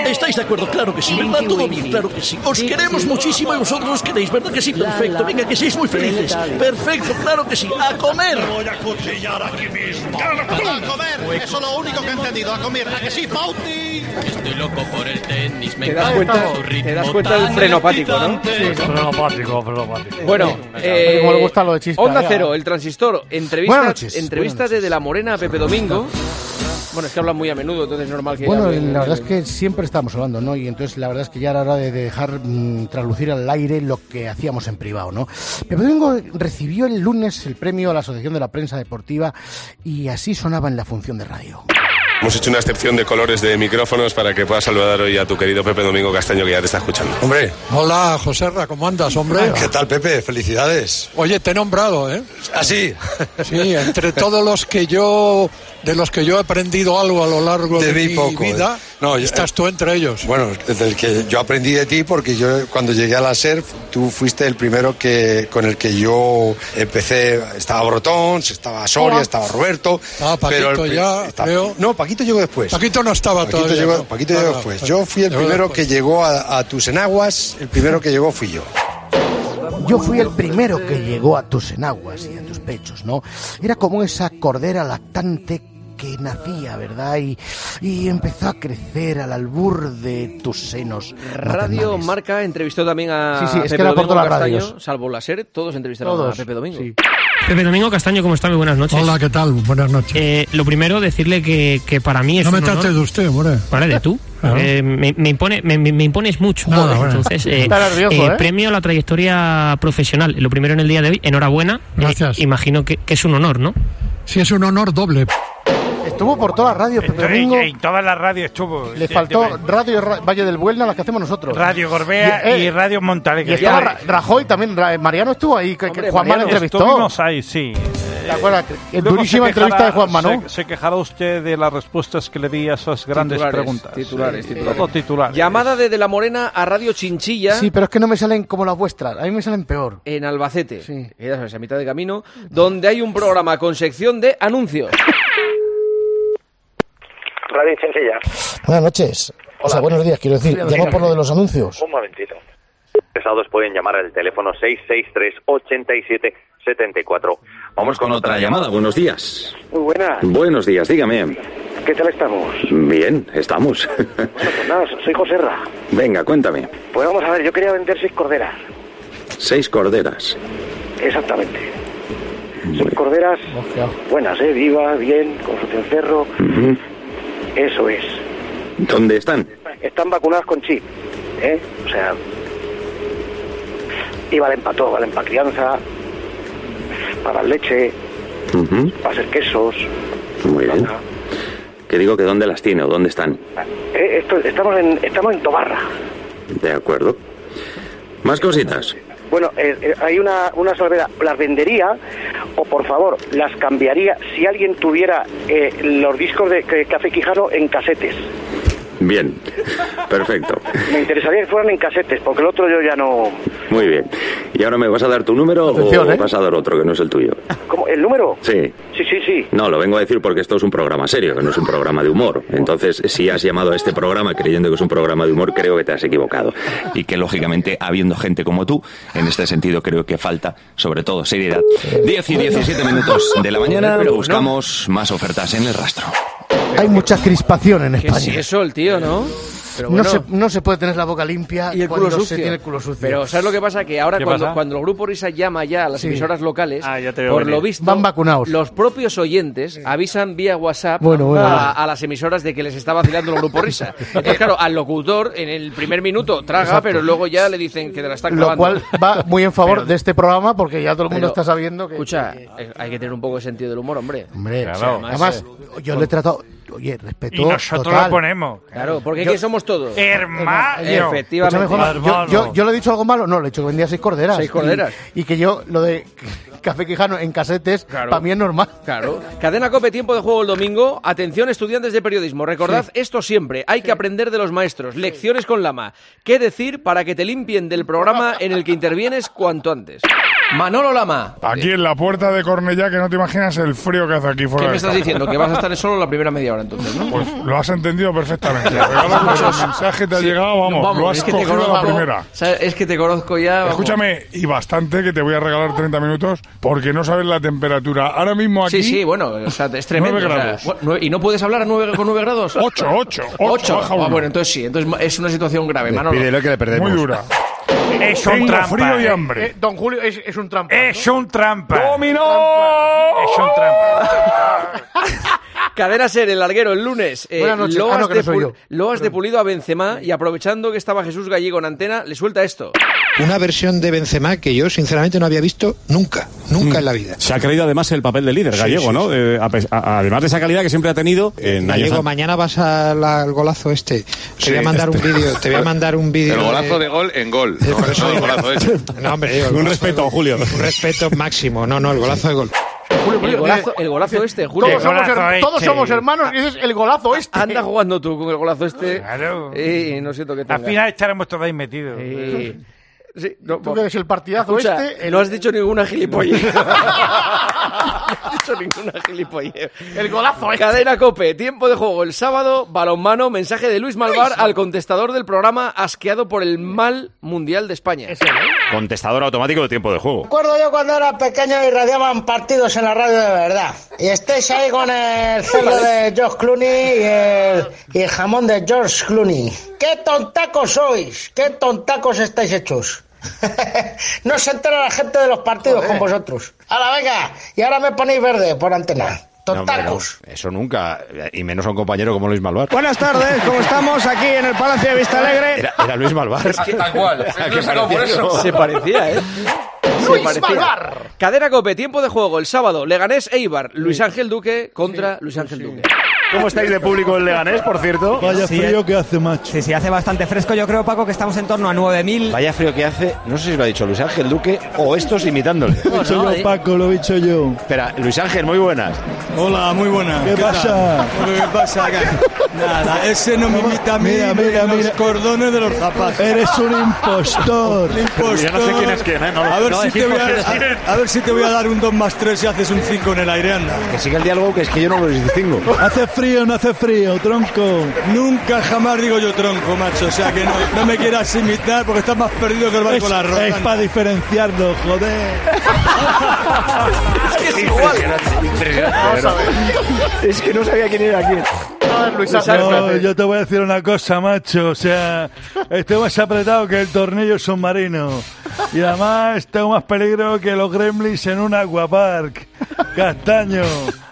¿Estáis de acuerdo? Claro que sí, ¿verdad? Todo bien, claro que sí. Os queremos muchísimo y vosotros os queréis, ¿verdad que sí? Perfecto. Venga, que seáis muy felices. Perfecto, claro que sí. ¡A comer! Voy a cuchillar aquí mismo. A comer, eso es lo único que he entendido. A comer, ¿a que sí, Pauti? Estoy loco por el tenis, me Te das encanta cuenta- su ritmo te das cuenta del tan frenopático, ¿no? excitante. Frenopático, frenopático. Bueno, eh, Como le gusta lo de Chisca, Onda ya. Cero, el transistor, entrevista, Buenas noches. entrevista Buenas de De La Morena a Pepe Domingo. Bueno, es que hablan muy a menudo, entonces es normal que. Bueno, hablen. la verdad es que siempre estábamos hablando, ¿no? Y entonces la verdad es que ya era hora de dejar mm, traslucir al aire lo que hacíamos en privado, ¿no? Pepe Domingo recibió el lunes el premio a la Asociación de la Prensa Deportiva y así sonaba en la función de radio. Hemos hecho una excepción de colores de micrófonos para que puedas saludar hoy a tu querido Pepe Domingo Castaño que ya te está escuchando. Hombre, hola Joserra, ¿cómo andas, hombre? ¿Qué tal, Pepe? Felicidades. Oye, te he nombrado, ¿eh? Así. sí, entre todos los que yo de los que yo he aprendido algo a lo largo Te de vi mi poco, vida, ¿eh? No, yo- estás tú entre ellos. Bueno, del que yo aprendí de ti porque yo cuando llegué a la SERF, tú fuiste el primero que con el que yo empecé. Estaba Brotón, estaba Soria, Hola. estaba Roberto. Ah, Paquito pri- ya, veo. No, Paquito llegó después. Paquito no estaba Paquito todavía, Llegó, ¿no? Paquito Ah, llegó no, después. ah, Yo fui el llegó primero después. que llegó a, a tus enaguas, el primero que llegó fui yo. Yo fui el primero que llegó a tus enaguas y a tus pechos, ¿no? Era como esa cordera lactante que nacía, ¿verdad? Y, y empezó a crecer al albur de tus senos. Radio maternales. Marca entrevistó también a Sí, sí, es Pepe que le aporto Domingo las Castaño, radios. salvo la SER, todos entrevistaron Todos, a Pepe Domingo. Pepe Domingo Castaño, ¿cómo está? Muy buenas noches. Eh, Hola, ¿qué tal? Buenas noches. lo primero, decirle que, que para mí es no me un honor- trates de usted, hombre. Vale, de tú. Claro. Eh, me, me impone, me, me- me impones mucho. Nada, bueno. Entonces, Está nervioso, ¿eh? premio a la trayectoria profesional. Lo primero en el día de hoy, enhorabuena. Gracias. imagino que, que es un honor, ¿no? Sí, es un honor doble. Estuvo por todas las radios, Pepe En, Domingo. en todas las radios estuvo. Le faltó Radio Ra- Valle del Buelna, las que hacemos nosotros. Radio Gorbea y, eh, Radio Y Montalegre. estaba Ra- Rajoy también, Ra- Mariano estuvo ahí, que, que Hombre, Juanma le Mariano, entrevistó. Estuvimos ahí, sí. Eh, ¿Te acuerdas? Que- Luego durísima se quejará- entrevista de Juanma, ¿no? Se, se quejará usted de las respuestas que le di a esas grandes Titulares, preguntas. titulares, Sí, titulares. Todo titular. Llamada de De La Morena a Radio Chinchilla. Sí, pero es que no me salen como las vuestras, a mí me salen peor. En Albacete, que ya sabes, a mitad de camino, donde hay un programa con sección de anuncios. Radio Chinchilla. Buenas noches. O sea, buenos días, quiero decir. Buenos días. Llamo por lo de los anuncios. Un momentito. Interesados pueden llamar al teléfono 663-87-74. Vamos con otra llamada. buenos días. Muy buena. Buenos días, dígame. ¿Qué tal estamos? Bien, estamos. Pues nada, soy José Ra. Venga, cuéntame. Pues vamos a ver, yo quería vender seis corderas. Seis corderas. Exactamente. Seis corderas buenas, ¿eh? Viva, bien, con su cencerro. Ujú. Eso es. ¿Dónde están? Están vacunadas con chip, ¿eh? O sea, Y valen para todo, valen para crianza, para leche, Ujú, para hacer quesos. Muy bien. Que digo que dónde las tiene o dónde están. Eh, esto- estamos, en, estamos en Tobarra. De acuerdo. Más cositas. Bueno, eh, eh, hay una, una salvedad. Las vendería o, por favor, las cambiaría si alguien tuviera eh, los discos de C- Café Quijano en casetes. Bien. Perfecto. Me interesaría que fueran en casetes, porque el otro yo ya no... Muy bien. ¿Y ahora me vas a dar tu número Atención, o ¿eh? vas a dar otro que no es el tuyo? ¿Cómo? ¿El número? Sí. Sí, sí, sí. No, lo vengo a decir porque esto es un programa serio, que no es un programa de humor. Entonces, si has llamado a este programa creyendo que es un programa de humor, creo que te has equivocado. Y que, lógicamente, habiendo gente como tú, en este sentido creo que falta, sobre todo, seriedad. 10 y 17 minutos de la mañana, buscamos más ofertas en el rastro. Hay mucha crispación en Que España. si eso el tío, ¿no? Pero no, se, no se puede tener la boca limpia Y el cuando culo sucio. se tiene el culo sucio. Pero ¿sabes lo que pasa? Que ahora ¿Qué cuando, pasa? cuando el grupo Risa llama ya a las Sí. emisoras locales, veo por venir. lo visto, Van vacunados. los propios oyentes avisan vía WhatsApp Bueno, bueno, a, bueno. a las emisoras de que les está vacilando el grupo Risa. Entonces, claro, al locutor en el primer minuto traga, Exacto. pero luego ya le dicen que te la están Lo clavando. cual va muy en favor Pero- de este programa porque ya todo el mundo Pero, está sabiendo que... Escucha, eh, hay que tener un poco de sentido del humor, hombre. Hombre, O sea, además, eh, yo le he tratado... Oye, respeto Y nosotros total. lo ponemos. Claro, porque Yo- aquí somos todos. Hermano. Efectivamente. Escúchame, Juanma, yo, yo- yo le he dicho algo malo. No, le he dicho que vendía seis corderas. Seis corderas. Y, y que yo lo de Café Quijano en casetes, para mí es normal. Claro. Cadena Cope, tiempo de juego el domingo. Atención, estudiantes de periodismo. Recordad esto siempre. Hay que aprender de los maestros. Lecciones con Lama. ¿Qué decir para que te limpien del programa en el que intervienes cuanto antes? Manolo Lama. Aquí en la puerta de Cornellá, que no te imaginas el frío que hace aquí fuera. ¿Qué me de estás casa. diciendo? Que vas a estar solo la primera media hora entonces, ¿no? Pues lo has entendido perfectamente. Regálame el mensaje te ha Sí. llegado, vamos, lo has es que te cogido a la conozco. primera. O sea, Es que te conozco ya. vamos. Escúchame, y bastante que te voy a regalar 30 minutos porque no sabes la temperatura. Ahora mismo aquí. Sí, sí, bueno, o sea, es tremendo. 9 o sea, grados. bueno, nueve- ¿Y no puedes hablar a nueve- con 9 grados? 8, 8, 8, baja uno. bueno, entonces sí, entonces es una situación grave, Manolo. Pídele que le perdemos. Muy dura. Es un Tengo trampa. frío y eh. hambre. Eh, don Julio es, es un trampa. Es un trampa. Es un trampa. Cadena Ser, el larguero, el lunes. Eh, Buenas noches. Loas, Ah, no, que de no soy Pul- yo. Loas de Pulido a Benzema y aprovechando que estaba Jesús Gallego en antena, le suelta esto. Una versión de Benzema que yo sinceramente no había visto nunca, nunca en la vida. Se ha creído además el papel de líder Sí, gallego, sí, ¿no? Eh, a pes- a- además de esa calidad que siempre ha tenido eh, en años Gallego, an- mañana vas a la- al golazo este. Te Sí, voy a mandar este. un vídeo, te voy a mandar un vídeo. El golazo de gol en gol. No, no, el golazo ese. No, hombre, digo, el Un golazo respeto, de gol. Julio. Un respeto máximo. No, no, el golazo de gol. El golazo, el golazo este, Julio. Todos somos her- eh, todos eh, somos hermanos y dices el golazo este. Anda jugando tú con el golazo este. Claro. Y no siento que tenga. Al final estaremos todos ahí metidos. Sí. Sí, no, Tú que eres el partidazo Escucha, este. no has dicho ninguna gilipollez. no has dicho ninguna gilipollez. El golazo este. Cadena Cope, tiempo de juego. El sábado, balonmano, mensaje de Luis Malvar al contestador del programa asqueado por el mal mundial de España. Contestador automático de tiempo de juego. acuerdo yo cuando era pequeño y radiaban partidos en la radio de verdad. Y estáis ahí con el cerdo de George Clooney y el, y el jamón de George Clooney. ¡Qué tontacos sois! ¡Qué tontacos estáis hechos! no se entera la gente de los partidos con vosotros. Ahora venga, y ahora me ponéis verde por antena. No, hombre, no. eso nunca. Y menos a un compañero como Luis Malvar. Buenas tardes, ¿cómo estamos? Aquí en el Palacio de Vista Alegre. Era, era Luis Malvar. Es que tal cual. ¿A No qué he sacado por parecía? eso. Se parecía, ¿eh? Luis Malvar. Cadena Cope, tiempo de juego. El sábado, Leganés Eibar. Luis Ángel Duque contra Luis Ángel Duque. ¿eh? ¿Cómo estáis de público en Leganés, por cierto? Vaya eh. frío que hace, macho. Sí, sí, hace bastante fresco. Yo creo, Paco, que estamos en torno a 9.000. Vaya frío que hace, no sé si lo ha dicho Luis Ángel Duque o estos imitándole. Lo he dicho yo, Paco, lo he dicho yo. Espera, Luis Ángel, muy buenas. Hola, muy buena. ¿Qué pasa? ¿Qué pasa acá? Nada, ese no me imita a mí. Mira, ni mira, los mira. cordones de los zapatos. Eres un impostor. Un impostor. Yo no sé quién es quién, ¿eh? No lo- a, ver no si te decimos voy quién es a, quién. a- a ver si te voy a dar un 2 más 3 y haces un 5 en el aire, anda. Que siga el diálogo, que es que yo no lo distingo. Hace frío, no hace frío, tronco. Nunca jamás digo yo tronco, macho. O sea que no, no me quieras imitar porque estás más perdido que el barco Es- de la roca. es para diferenciarlo, joder. es Impresionante, impresionante, Vamos a ver. Es que no sabía quién era quién. Ángel. No, yo te voy a decir una cosa, macho. O sea, estoy más apretado que el tornillo submarino. Y además tengo más peligro que los gremlins en un aquapark. Castaño,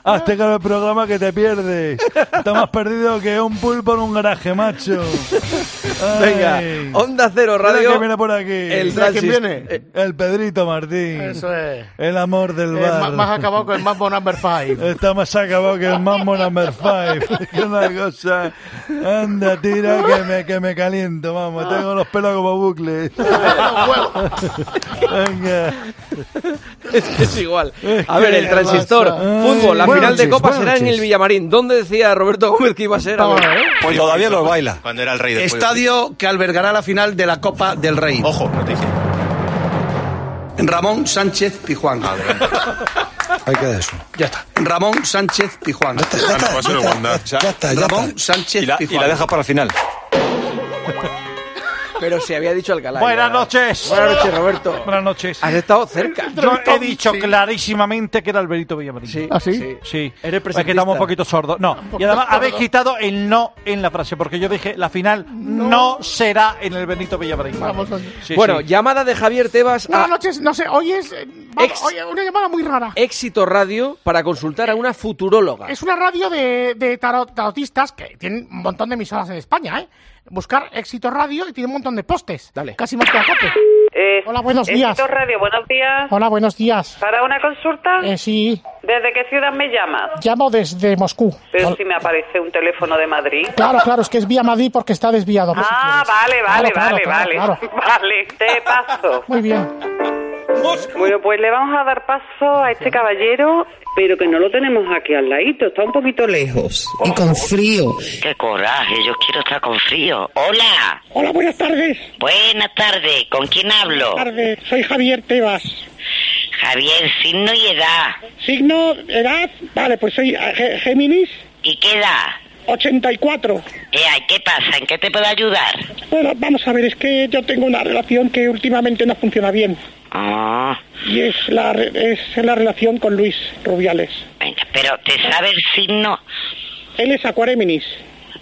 hazte cargo el programa que te pierdes. Estás más perdido que un pulpo en un garaje, macho. Venga, Onda Cero Mira Radio. que viene por aquí. El eh, Mira quién transist- viene. El Pedrito Martín. Eso es. El amor del Eh, bar. más, más acabado con el Mambo Number 5. Está más acabado que el Mambo Number 5. Es una cosa. Anda, tira, que me, que me caliento, vamos. Tengo los pelos como bucles. Venga. es, es igual. A que ver, el la transistor. pasa. Fútbol, la Buenas final de noches, Copa buenas será en noches. el Villamarín. ¿Dónde decía Roberto Gómez que iba a ser? A ver. Pues todavía los baila. Cuando era el rey del Estadio que albergará la final de la Copa del Rey. Ojo, noticia. Ramón Sánchez Pijuán. Ahí queda eso. Ya está. Ramón Sánchez Pijuán. pues Ah, no, va a ser Wanda. Ya está, ya Ramón está. Sánchez Y la- y Pijuán. la dejas para el final. Pero se había dicho Alcalá. Buenas ya. noches. Buenas noches, Roberto. Buenas noches. Has estado cerca. Yo he dicho clarísimamente que era Alberito Villamarín. Sí. ¿Ah, sí? Sí. Sí. Es Eres que estamos presentista. un poquito sordos. No. Y además habéis quitado el no en la frase, porque yo dije, la final no, será en el Benito Villamarín. Vamos, Andy. Sí, bueno, sí. llamada de Javier Tebas Buenas a noches, no sé, hoy es eh, vamos, Ah. Ex- hoy es una llamada muy rara. Éxito Radio para consultar a una futuróloga. Es una radio de, de tarot- tarotistas que tienen un montón de emisoras en España, ¿eh? Buscar Éxito Radio y tiene un montón de postes. Dale. Casi más que la cope. Hola, buenos días. Eh, Éxito Radio, buenos días. Hola, buenos días. ¿Para una consulta? Eh, sí, ¿Desde qué ciudad me llamas? llamo desde Moscú. Pero Hola. si me aparece un teléfono de Madrid. Claro, claro, es que es vía Madrid porque está desviado. por si Ah, quieres. vale, vale, Claro, vale, claro, vale. claro, claro. Vale, te paso. Muy bien. Bueno, pues le vamos a dar paso a este caballero, pero que no lo tenemos aquí al ladito, está un poquito lejos. Y con frío. Qué coraje, yo quiero estar con frío. Hola. Hola, buenas tardes. Buenas tardes, ¿con quién hablo? Buenas tardes, soy Javier Tebas. Javier, signo y edad. Signo, edad, vale, pues soy eh, Ge- Géminis. ¿Y qué edad? 84. Eh, ay, ¿qué pasa? ¿En qué te puedo ayudar? Bueno, vamos a ver, es que yo tengo una relación que últimamente no funciona bien. Ah, Y es la, re- es la relación con Luis Rubiales. venga, pero ¿te sabe el signo? Él es Acuaréminis.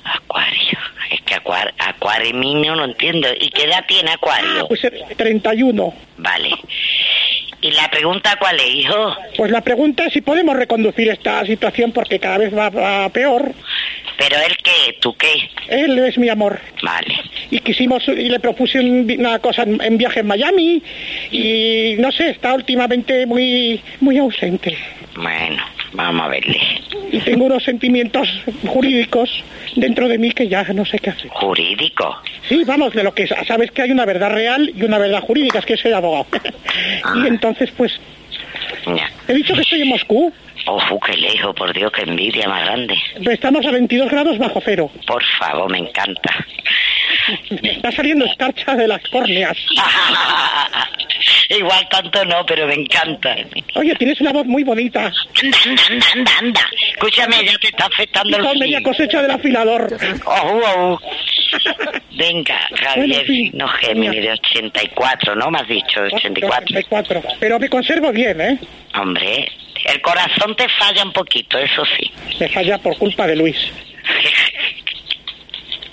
Acuario. Es que acuario, acuario mío no entiendo. ¿Y qué edad tiene Acuario? Pues eh, 31. Vale. ¿Y la pregunta cuál es, hijo? Pues la pregunta es si podemos reconducir esta situación porque cada vez va, va peor. ¿Pero él qué? ¿Tú qué? Él es mi amor. Vale. Y quisimos y le propuse un- una cosa en, en viaje en Miami y no sé, está últimamente muy muy ausente. Bueno, vamos a verle. Y tengo unos sentimientos jurídicos dentro de mí que ya no sé qué hacer. Jurídico. Sí, vamos, de lo que sa- sabes que hay una verdad real y una verdad jurídica, es que soy abogado. y entonces pues Ya. he dicho que estoy en Moscú, Ojo, qué lejos, por Dios, qué envidia más grande. estamos a 22 grados bajo cero. Por favor, me encanta. Me está saliendo escarcha de las córneas. Igual tanto no, pero me encanta. Oye, tienes una voz muy bonita. Anda, anda, anda, anda. Escúchame, ya te está afectando Con el media frío. cosecha del afilador. Ojo, ojo. oh. Venga, Javier, Bueno, sí. no Géminis de 84, ¿no? Me has dicho, 84. 84. Pero me conservo bien, ¿eh? Hombre, el corazón te falla un poquito, eso sí. Me falla por culpa de Luis.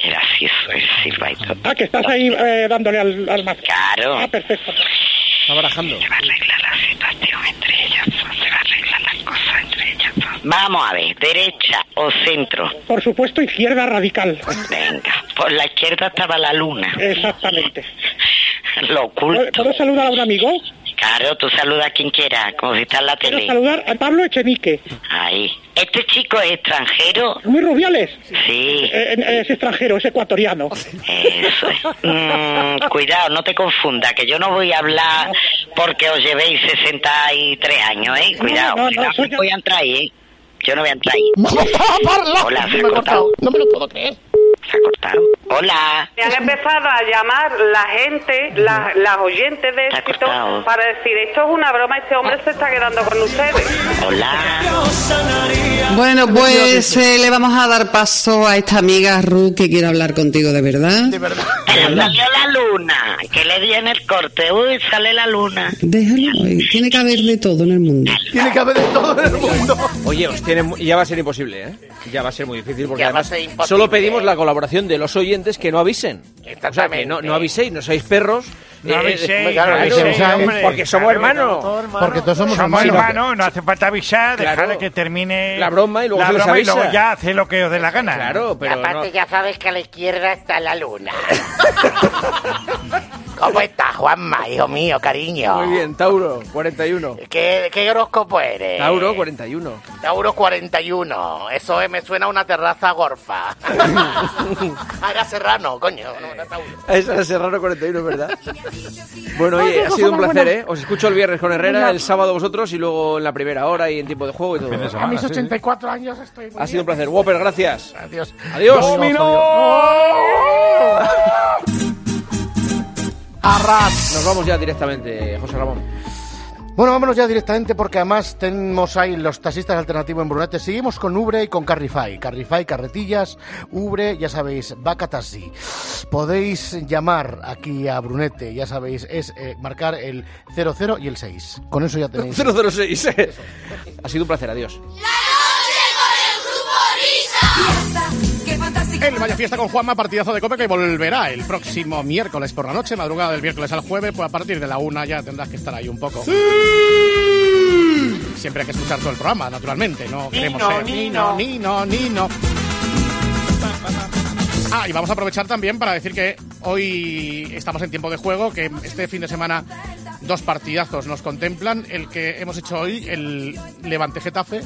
Gracioso el silbaito. Ah, que estás ahí eh, dándole al, al mazo. Claro. Ah, perfecto. Está barajando. Se va a arreglar la situación entre ellas dos, se va a arreglar las cosas entre ellas dos. Vamos a ver, derecha o centro. Por supuesto, izquierda radical. Venga, por la izquierda estaba la luna. Exactamente. Lo oculto. ¿Puedo- ¿Puedo saludar a un amigo? Claro, tú saluda a quien quiera, como si está en la Quiero tele. saludar a Pablo Echenique. Ahí. ¿Este chico es extranjero? Muy rubiales. Sí, Eh, eh, es extranjero, es ecuatoriano. eso es. Mm, cuidado, no te confunda, que yo no voy a hablar porque os llevéis 63 años, ¿eh? Cuidado, no, no, cuidado, soy no voy a entrar ahí, ¿eh? Yo no voy a entrar ahí. Hola, se ha cortado. No me lo puedo creer. Se ha cortado. Hola. Me han empezado a llamar la gente, la- las oyentes de éxito, cortado. para decir, esto es una broma, este hombre se está quedando con ustedes. Bueno, pues eh, le vamos a dar paso a esta amiga Ruth que quiere hablar contigo de verdad. De verdad. Salió la luna, que le di en el corte. Uy, sale la luna. Déjalo, eh, tiene que haber de todo en el mundo. Tiene que haber de todo en el mundo. Oye, os tiene mu- ya va a ser imposible, ¿eh? Ya va a ser muy difícil porque Ya va a además ser imposible. solo pedimos la colaboración de los oyentes que no avisen. O sea, que no, no aviséis, no sois perros. Eh, No aviséis, no aviséis, hombre. porque somos Claro, hermanos. todos hermanos. Porque todos somos Somos hermanos. hermanos, no hace falta avisar, Claro. dejar que termine La broma y luego la se les broma y avisa. luego ya hace lo que os dé la gana. Claro, Aparte, ya sabes que a la izquierda está la luna. ¿Cómo estás, Juanma, hijo mío, cariño? Muy bien, Tauro, 41. ¿Qué, qué horóscopo eres? Tauro, 41. Tauro 41. Eso eh, me suena a una terraza gorfa. ah, era Serrano, coño. No, era Tauro. Es el Serrano 41, ¿verdad? Bueno, Ay, oye, qué ha cosa sido un más placer, buena. ¿eh? Os escucho el viernes con Herrera, Venga. el sábado vosotros y luego en la primera hora y en tiempo de juego y todo. A mis 84 años estoy muy Ha sido un bien. placer. Whopper, gracias. Adiós. Adiós. Arras. Nos vamos ya directamente, José Ramón. Bueno, vámonos ya directamente porque además tenemos ahí los taxistas alternativos en Brunete. Seguimos con Ubre y con Carrify. Carrify, carretillas, Ubre, ya sabéis, vaca taxi. Podéis llamar aquí a Brunete, ya sabéis, es eh, marcar el 00 y el 6. Con eso ya tenéis. 006. ha sido un placer, adiós. El Vaya Fiesta con Juanma, partidazo de Cope que volverá el próximo miércoles por la noche, madrugada del miércoles al jueves, pues a partir de la una ya tendrás que estar ahí un poco. Siempre hay que escuchar todo el programa, naturalmente, no queremos ser Nino, Nino, Nino. Ah, y vamos a aprovechar también para decir que hoy estamos en tiempo de juego, que este fin de semana dos partidazos nos contemplan. El que hemos hecho hoy, el Levante Getafe.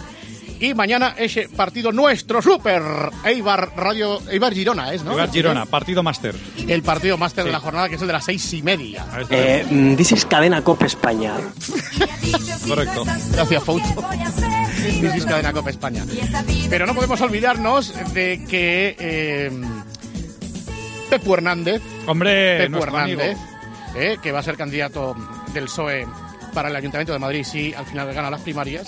Y mañana ese partido nuestro, super Eibar Radio, Eibar Girona, ¿es, no? Lugar Girona, partido máster. El partido máster de la jornada, que es el de las seis y media. Eh, dices mm, cadena Copa España. Correcto. Gracias, Fouto. This is Cadena Copa España. Pero no podemos olvidarnos de que eh, Pepu Hernández, Hombre, Pepu nuestro Hernández, amigo. eh, que va a ser candidato del PSOE E para el Ayuntamiento de Madrid si al final gana las primarias.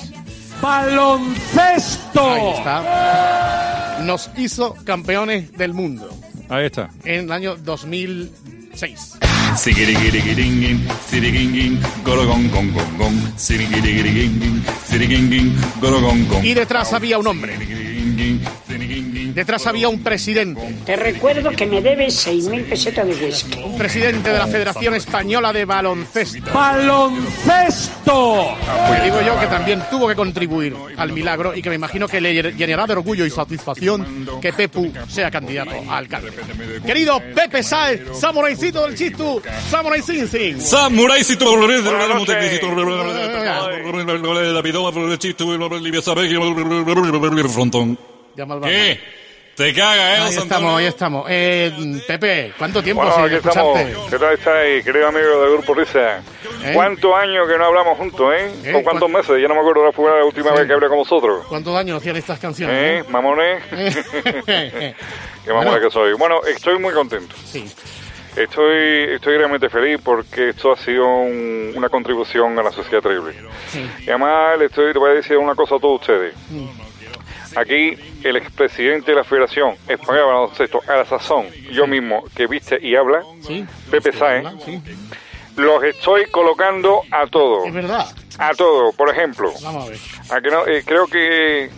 ¡Baloncesto! Ahí está. Nos hizo campeones del mundo Ahí está. en el año 2006. Sirigirigiriguin, siriguinguin, gorogón, gón, gón, gón. Sirigirigiriguin, siriguinguin, gorogón, gón. Y detrás había un hombre. Detrás había un presidente. Te recuerdo que me debes 6.000 pesetas de whisky. presidente de la Federación Española de Baloncesto. ¡Baloncesto! Que digo yo que también tuvo que contribuir al milagro y que me imagino que le llenará de orgullo y satisfacción que Pepu sea candidato a alcalde. Querido Pepe Saez, samuraicito del chistu, samurai sin sin. Samurai si tu frontón. ¿Qué? Te caga, eh, Ahí estamos, ahí estamos. Eh, Pepe, ¿cuánto tiempo Bueno, sin aquí estamos. escucharte? ¿Qué tal estáis, querido amigo del Grupo Risa? ¿Eh? ¿Cuántos años que no hablamos juntos, eh? ¿Eh? ¿O cuántos meses? Ya no me acuerdo la fue la última Sí. vez que hablé con vosotros. ¿Cuántos años hacían estas ¿Eh? canciones? ¿Mamones? eh? Qué mamona que soy. Bueno, estoy muy contento. Sí. Estoy, estoy realmente feliz porque esto ha sido un- una contribución a la sociedad terrible. Y además, le estoy, te voy a decir una cosa a todos ustedes. Aquí, el expresidente de la Federación Española de Baloncesto, a la sazón, yo mismo, que viste y habla, Pepe Este, Sáenz, los estoy colocando a todos. Es verdad. A todos. Por ejemplo, Vamos a ver. a que no- eh, creo que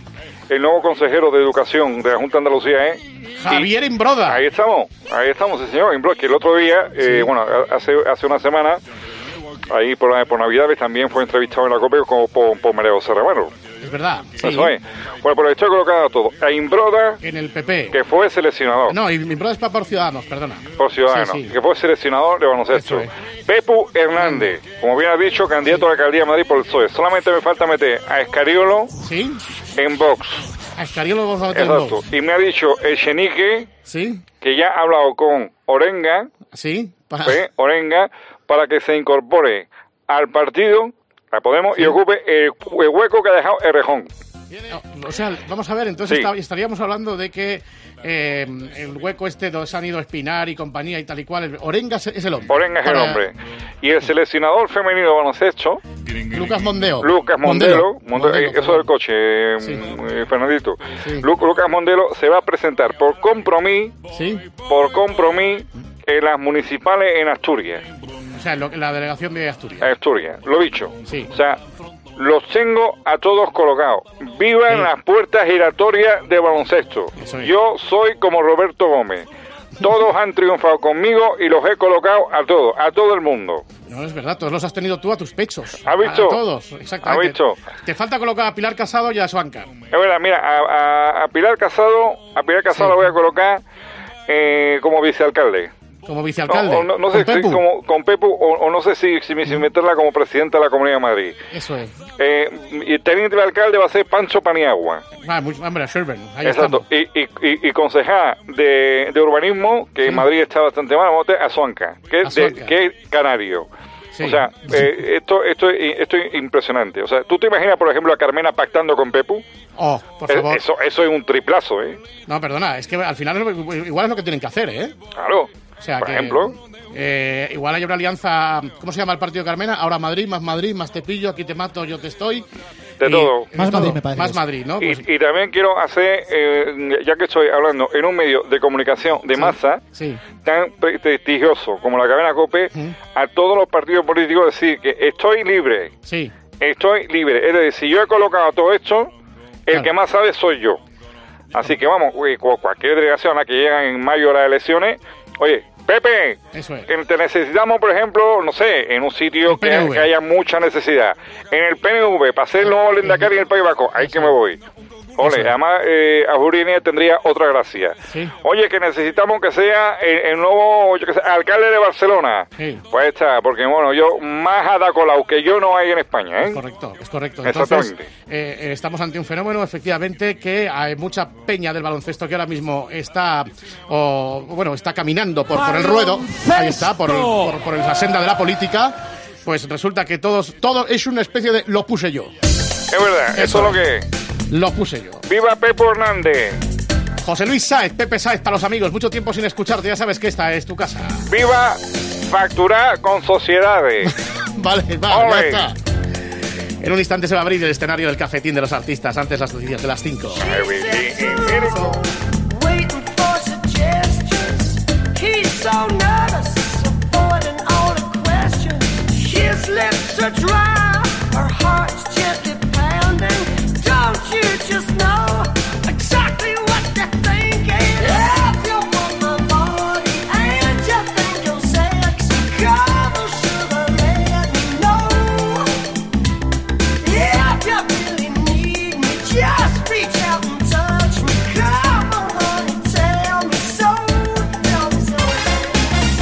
el nuevo consejero de Educación de la Junta de Andalucía es... Javier Imbroda. Ahí estamos, ahí estamos, sí señor. Imbroda, que el otro día, eh, bueno, a- hace, hace una semana, ahí por, la- por Navidades también fue entrevistado en la COPE como por, por Mereo Serrano. Es verdad. sí. Eso es. Bueno, pero estoy colocado a todo. A Imbroda, En el PP. que fue seleccionador No, y mi brother es para por Ciudadanos, perdona. por Ciudadanos, Sí, sí. que fue seleccionador de baloncesto. Pepu Hernández, como bien ha dicho, candidato a la alcaldía de Madrid por el PSOE. E. Solamente me falta meter a Escariolo ¿Sí? en box. A Escariolo lo vamos a meter en Exacto. box. Y me ha dicho Echenique, ¿Sí? que ya ha hablado con Orenga, ¿Sí? Para- ¿eh? Orenga, para que se incorpore al partido, a Podemos, y ocupe el, cu- el hueco que ha dejado Errejón. O sea, vamos a ver, entonces Sí. esta- estaríamos hablando de que eh, el hueco este donde se han ido Espinar y compañía y tal y cual. el- Orenga es- es el hombre. Orenga es el Para- hombre. Y el seleccionador femenino de baloncesto, Lucas Mondeo. Lucas Mondelo, Mondelo. Mondelo, eh, eso del coche, eh, eh, Fernandito. Lu- Lucas Mondelo se va a presentar por compromiso, por compromiso en las municipales en Asturias. O sea, lo- la delegación de Asturias. Asturias, lo dicho. Sí. O sea, los tengo a todos colocados. Vivan las puertas giratorias de baloncesto. Yo soy como Roberto Gómez. Todos han triunfado conmigo y los he colocado a todos, a todo el mundo. No, es verdad, todos los has tenido tú a tus pechos. ¿Has visto? A todos, exactamente. ¿Has visto? Te falta colocar a Pilar Casado y a Suanca. Es verdad, mira, a, a- a Pilar Casado, a Pilar Casado la voy a colocar eh, como vicealcalde. Como vicealcalde. O- o no, no sé Con si Pepu. Mm. como- con Pepu, o, o no sé si, si, me- si meterla como presidenta de la Comunidad de Madrid. Eso es. Eh, y el teniente de alcalde va a ser Pancho Paniagua. Ah, muy, hombre, Sherburn. Ahí Exacto. Y, y, y, y concejal de, de urbanismo, que en Madrid está bastante mal, vamos a meter a Suanca, que es, de- Suanca. que es canario. Sí. O sea, eh, esto, esto, es- esto es impresionante. O sea, ¿tú te imaginas, por ejemplo, a Carmena pactando con Pepu? estamos. Oh, por Es- favor. Eso, eso es un triplazo, ¿eh? No, perdona, es que al final es lo que- igual es lo que tienen que hacer, ¿eh? Claro. O sea, por que, ejemplo. eh, igual hay una alianza. ¿Cómo se llama el partido de Carmena? Ahora Madrid, más Madrid, más te pillo, aquí te mato, yo te estoy. De Y- todo. de todo. Más Madrid, ¿no? Pues- Y, y también quiero hacer, eh, ya que estoy hablando en un medio de comunicación de masa sí. tan pre- prestigioso como la cadena COPE, a todos los partidos políticos decir que estoy libre, Sí. estoy libre. Es decir, si yo he colocado todo esto, el Claro. que más sabe soy yo. Así que vamos, uy, cu- cualquier delegación a la que llegan en mayo las elecciones, oye, Pepe, Eso es. que te necesitamos, por ejemplo, no sé, en un sitio que, PNV. que haya mucha necesidad. En el PNV, para ser el nuevo Lendakari en el País Vasco, ahí que me voy. Ole, además, eh, a Jurini tendría otra gracia. Oye, que necesitamos que sea el, el nuevo yo qué sé, alcalde de Barcelona. Sí. Pues ahí está, porque bueno, yo más Adacolau que yo no hay en España, ¿eh? Correcto, es correcto. Entonces, Exactamente. eh, eh, estamos ante un fenómeno, efectivamente, que hay mucha peña del baloncesto que ahora mismo está, o, bueno, está caminando por, por el ruedo, ahí está, por, el- por, por la senda de la política, pues resulta que todos, todo es una especie de lo puse yo, Es verdad, eso, es lo que es. lo puse yo. ¡Viva Pepe Hernández! José Luis Sáez, Pepe Sáez para los amigos, mucho tiempo sin escucharte, ya sabes que esta es tu casa. ¡Viva facturar con sociedades! Vale, vale, Ole. ya está. En un instante se va a abrir el escenario del cafetín de los artistas antes las noticias de las 5. Waiting for suggestions. He's so nervous, avoiding all the questions. His lips are dry, her heart's gently pounding. Don't you just know exactly what they're thinking? If you want my body and you think you're sexy, come on, sugar, let me know. If you really need me, just reach out and touch me. Come on, honey, tell me so. Tell me so.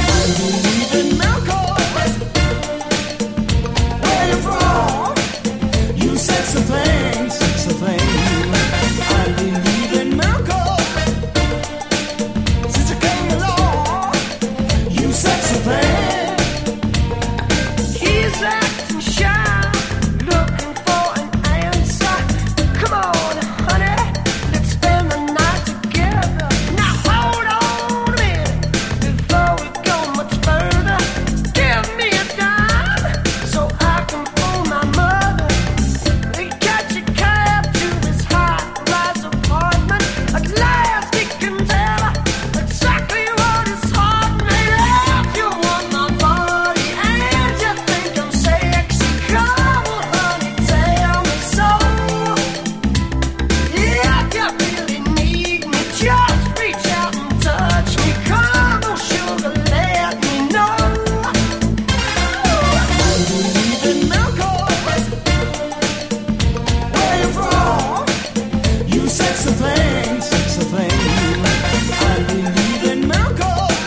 I believe in miracles. Where you from? You said some things, some things. I believe in miracles. Since you came along, you said some things. He's acting shy looking for an answer. Come on, honey, let's spend the night together. Now hold on a minute before we go much further. Give me a dime so I can phone my mother and catch a cab to this high-rise apartment. At last, he can tell her exactly what his heart made of. You want my body and you think I'm sexy. Come on, honey, tell me so. Yeah, if you really need me, just reach out and touch me. Come on, sugar, let me know. I believe in miracles. Where you from? You said some things, some things. I believe in miracles.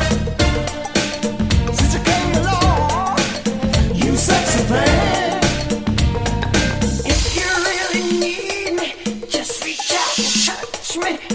Since you came along, you said some things. If you really need me, just reach out and touch me.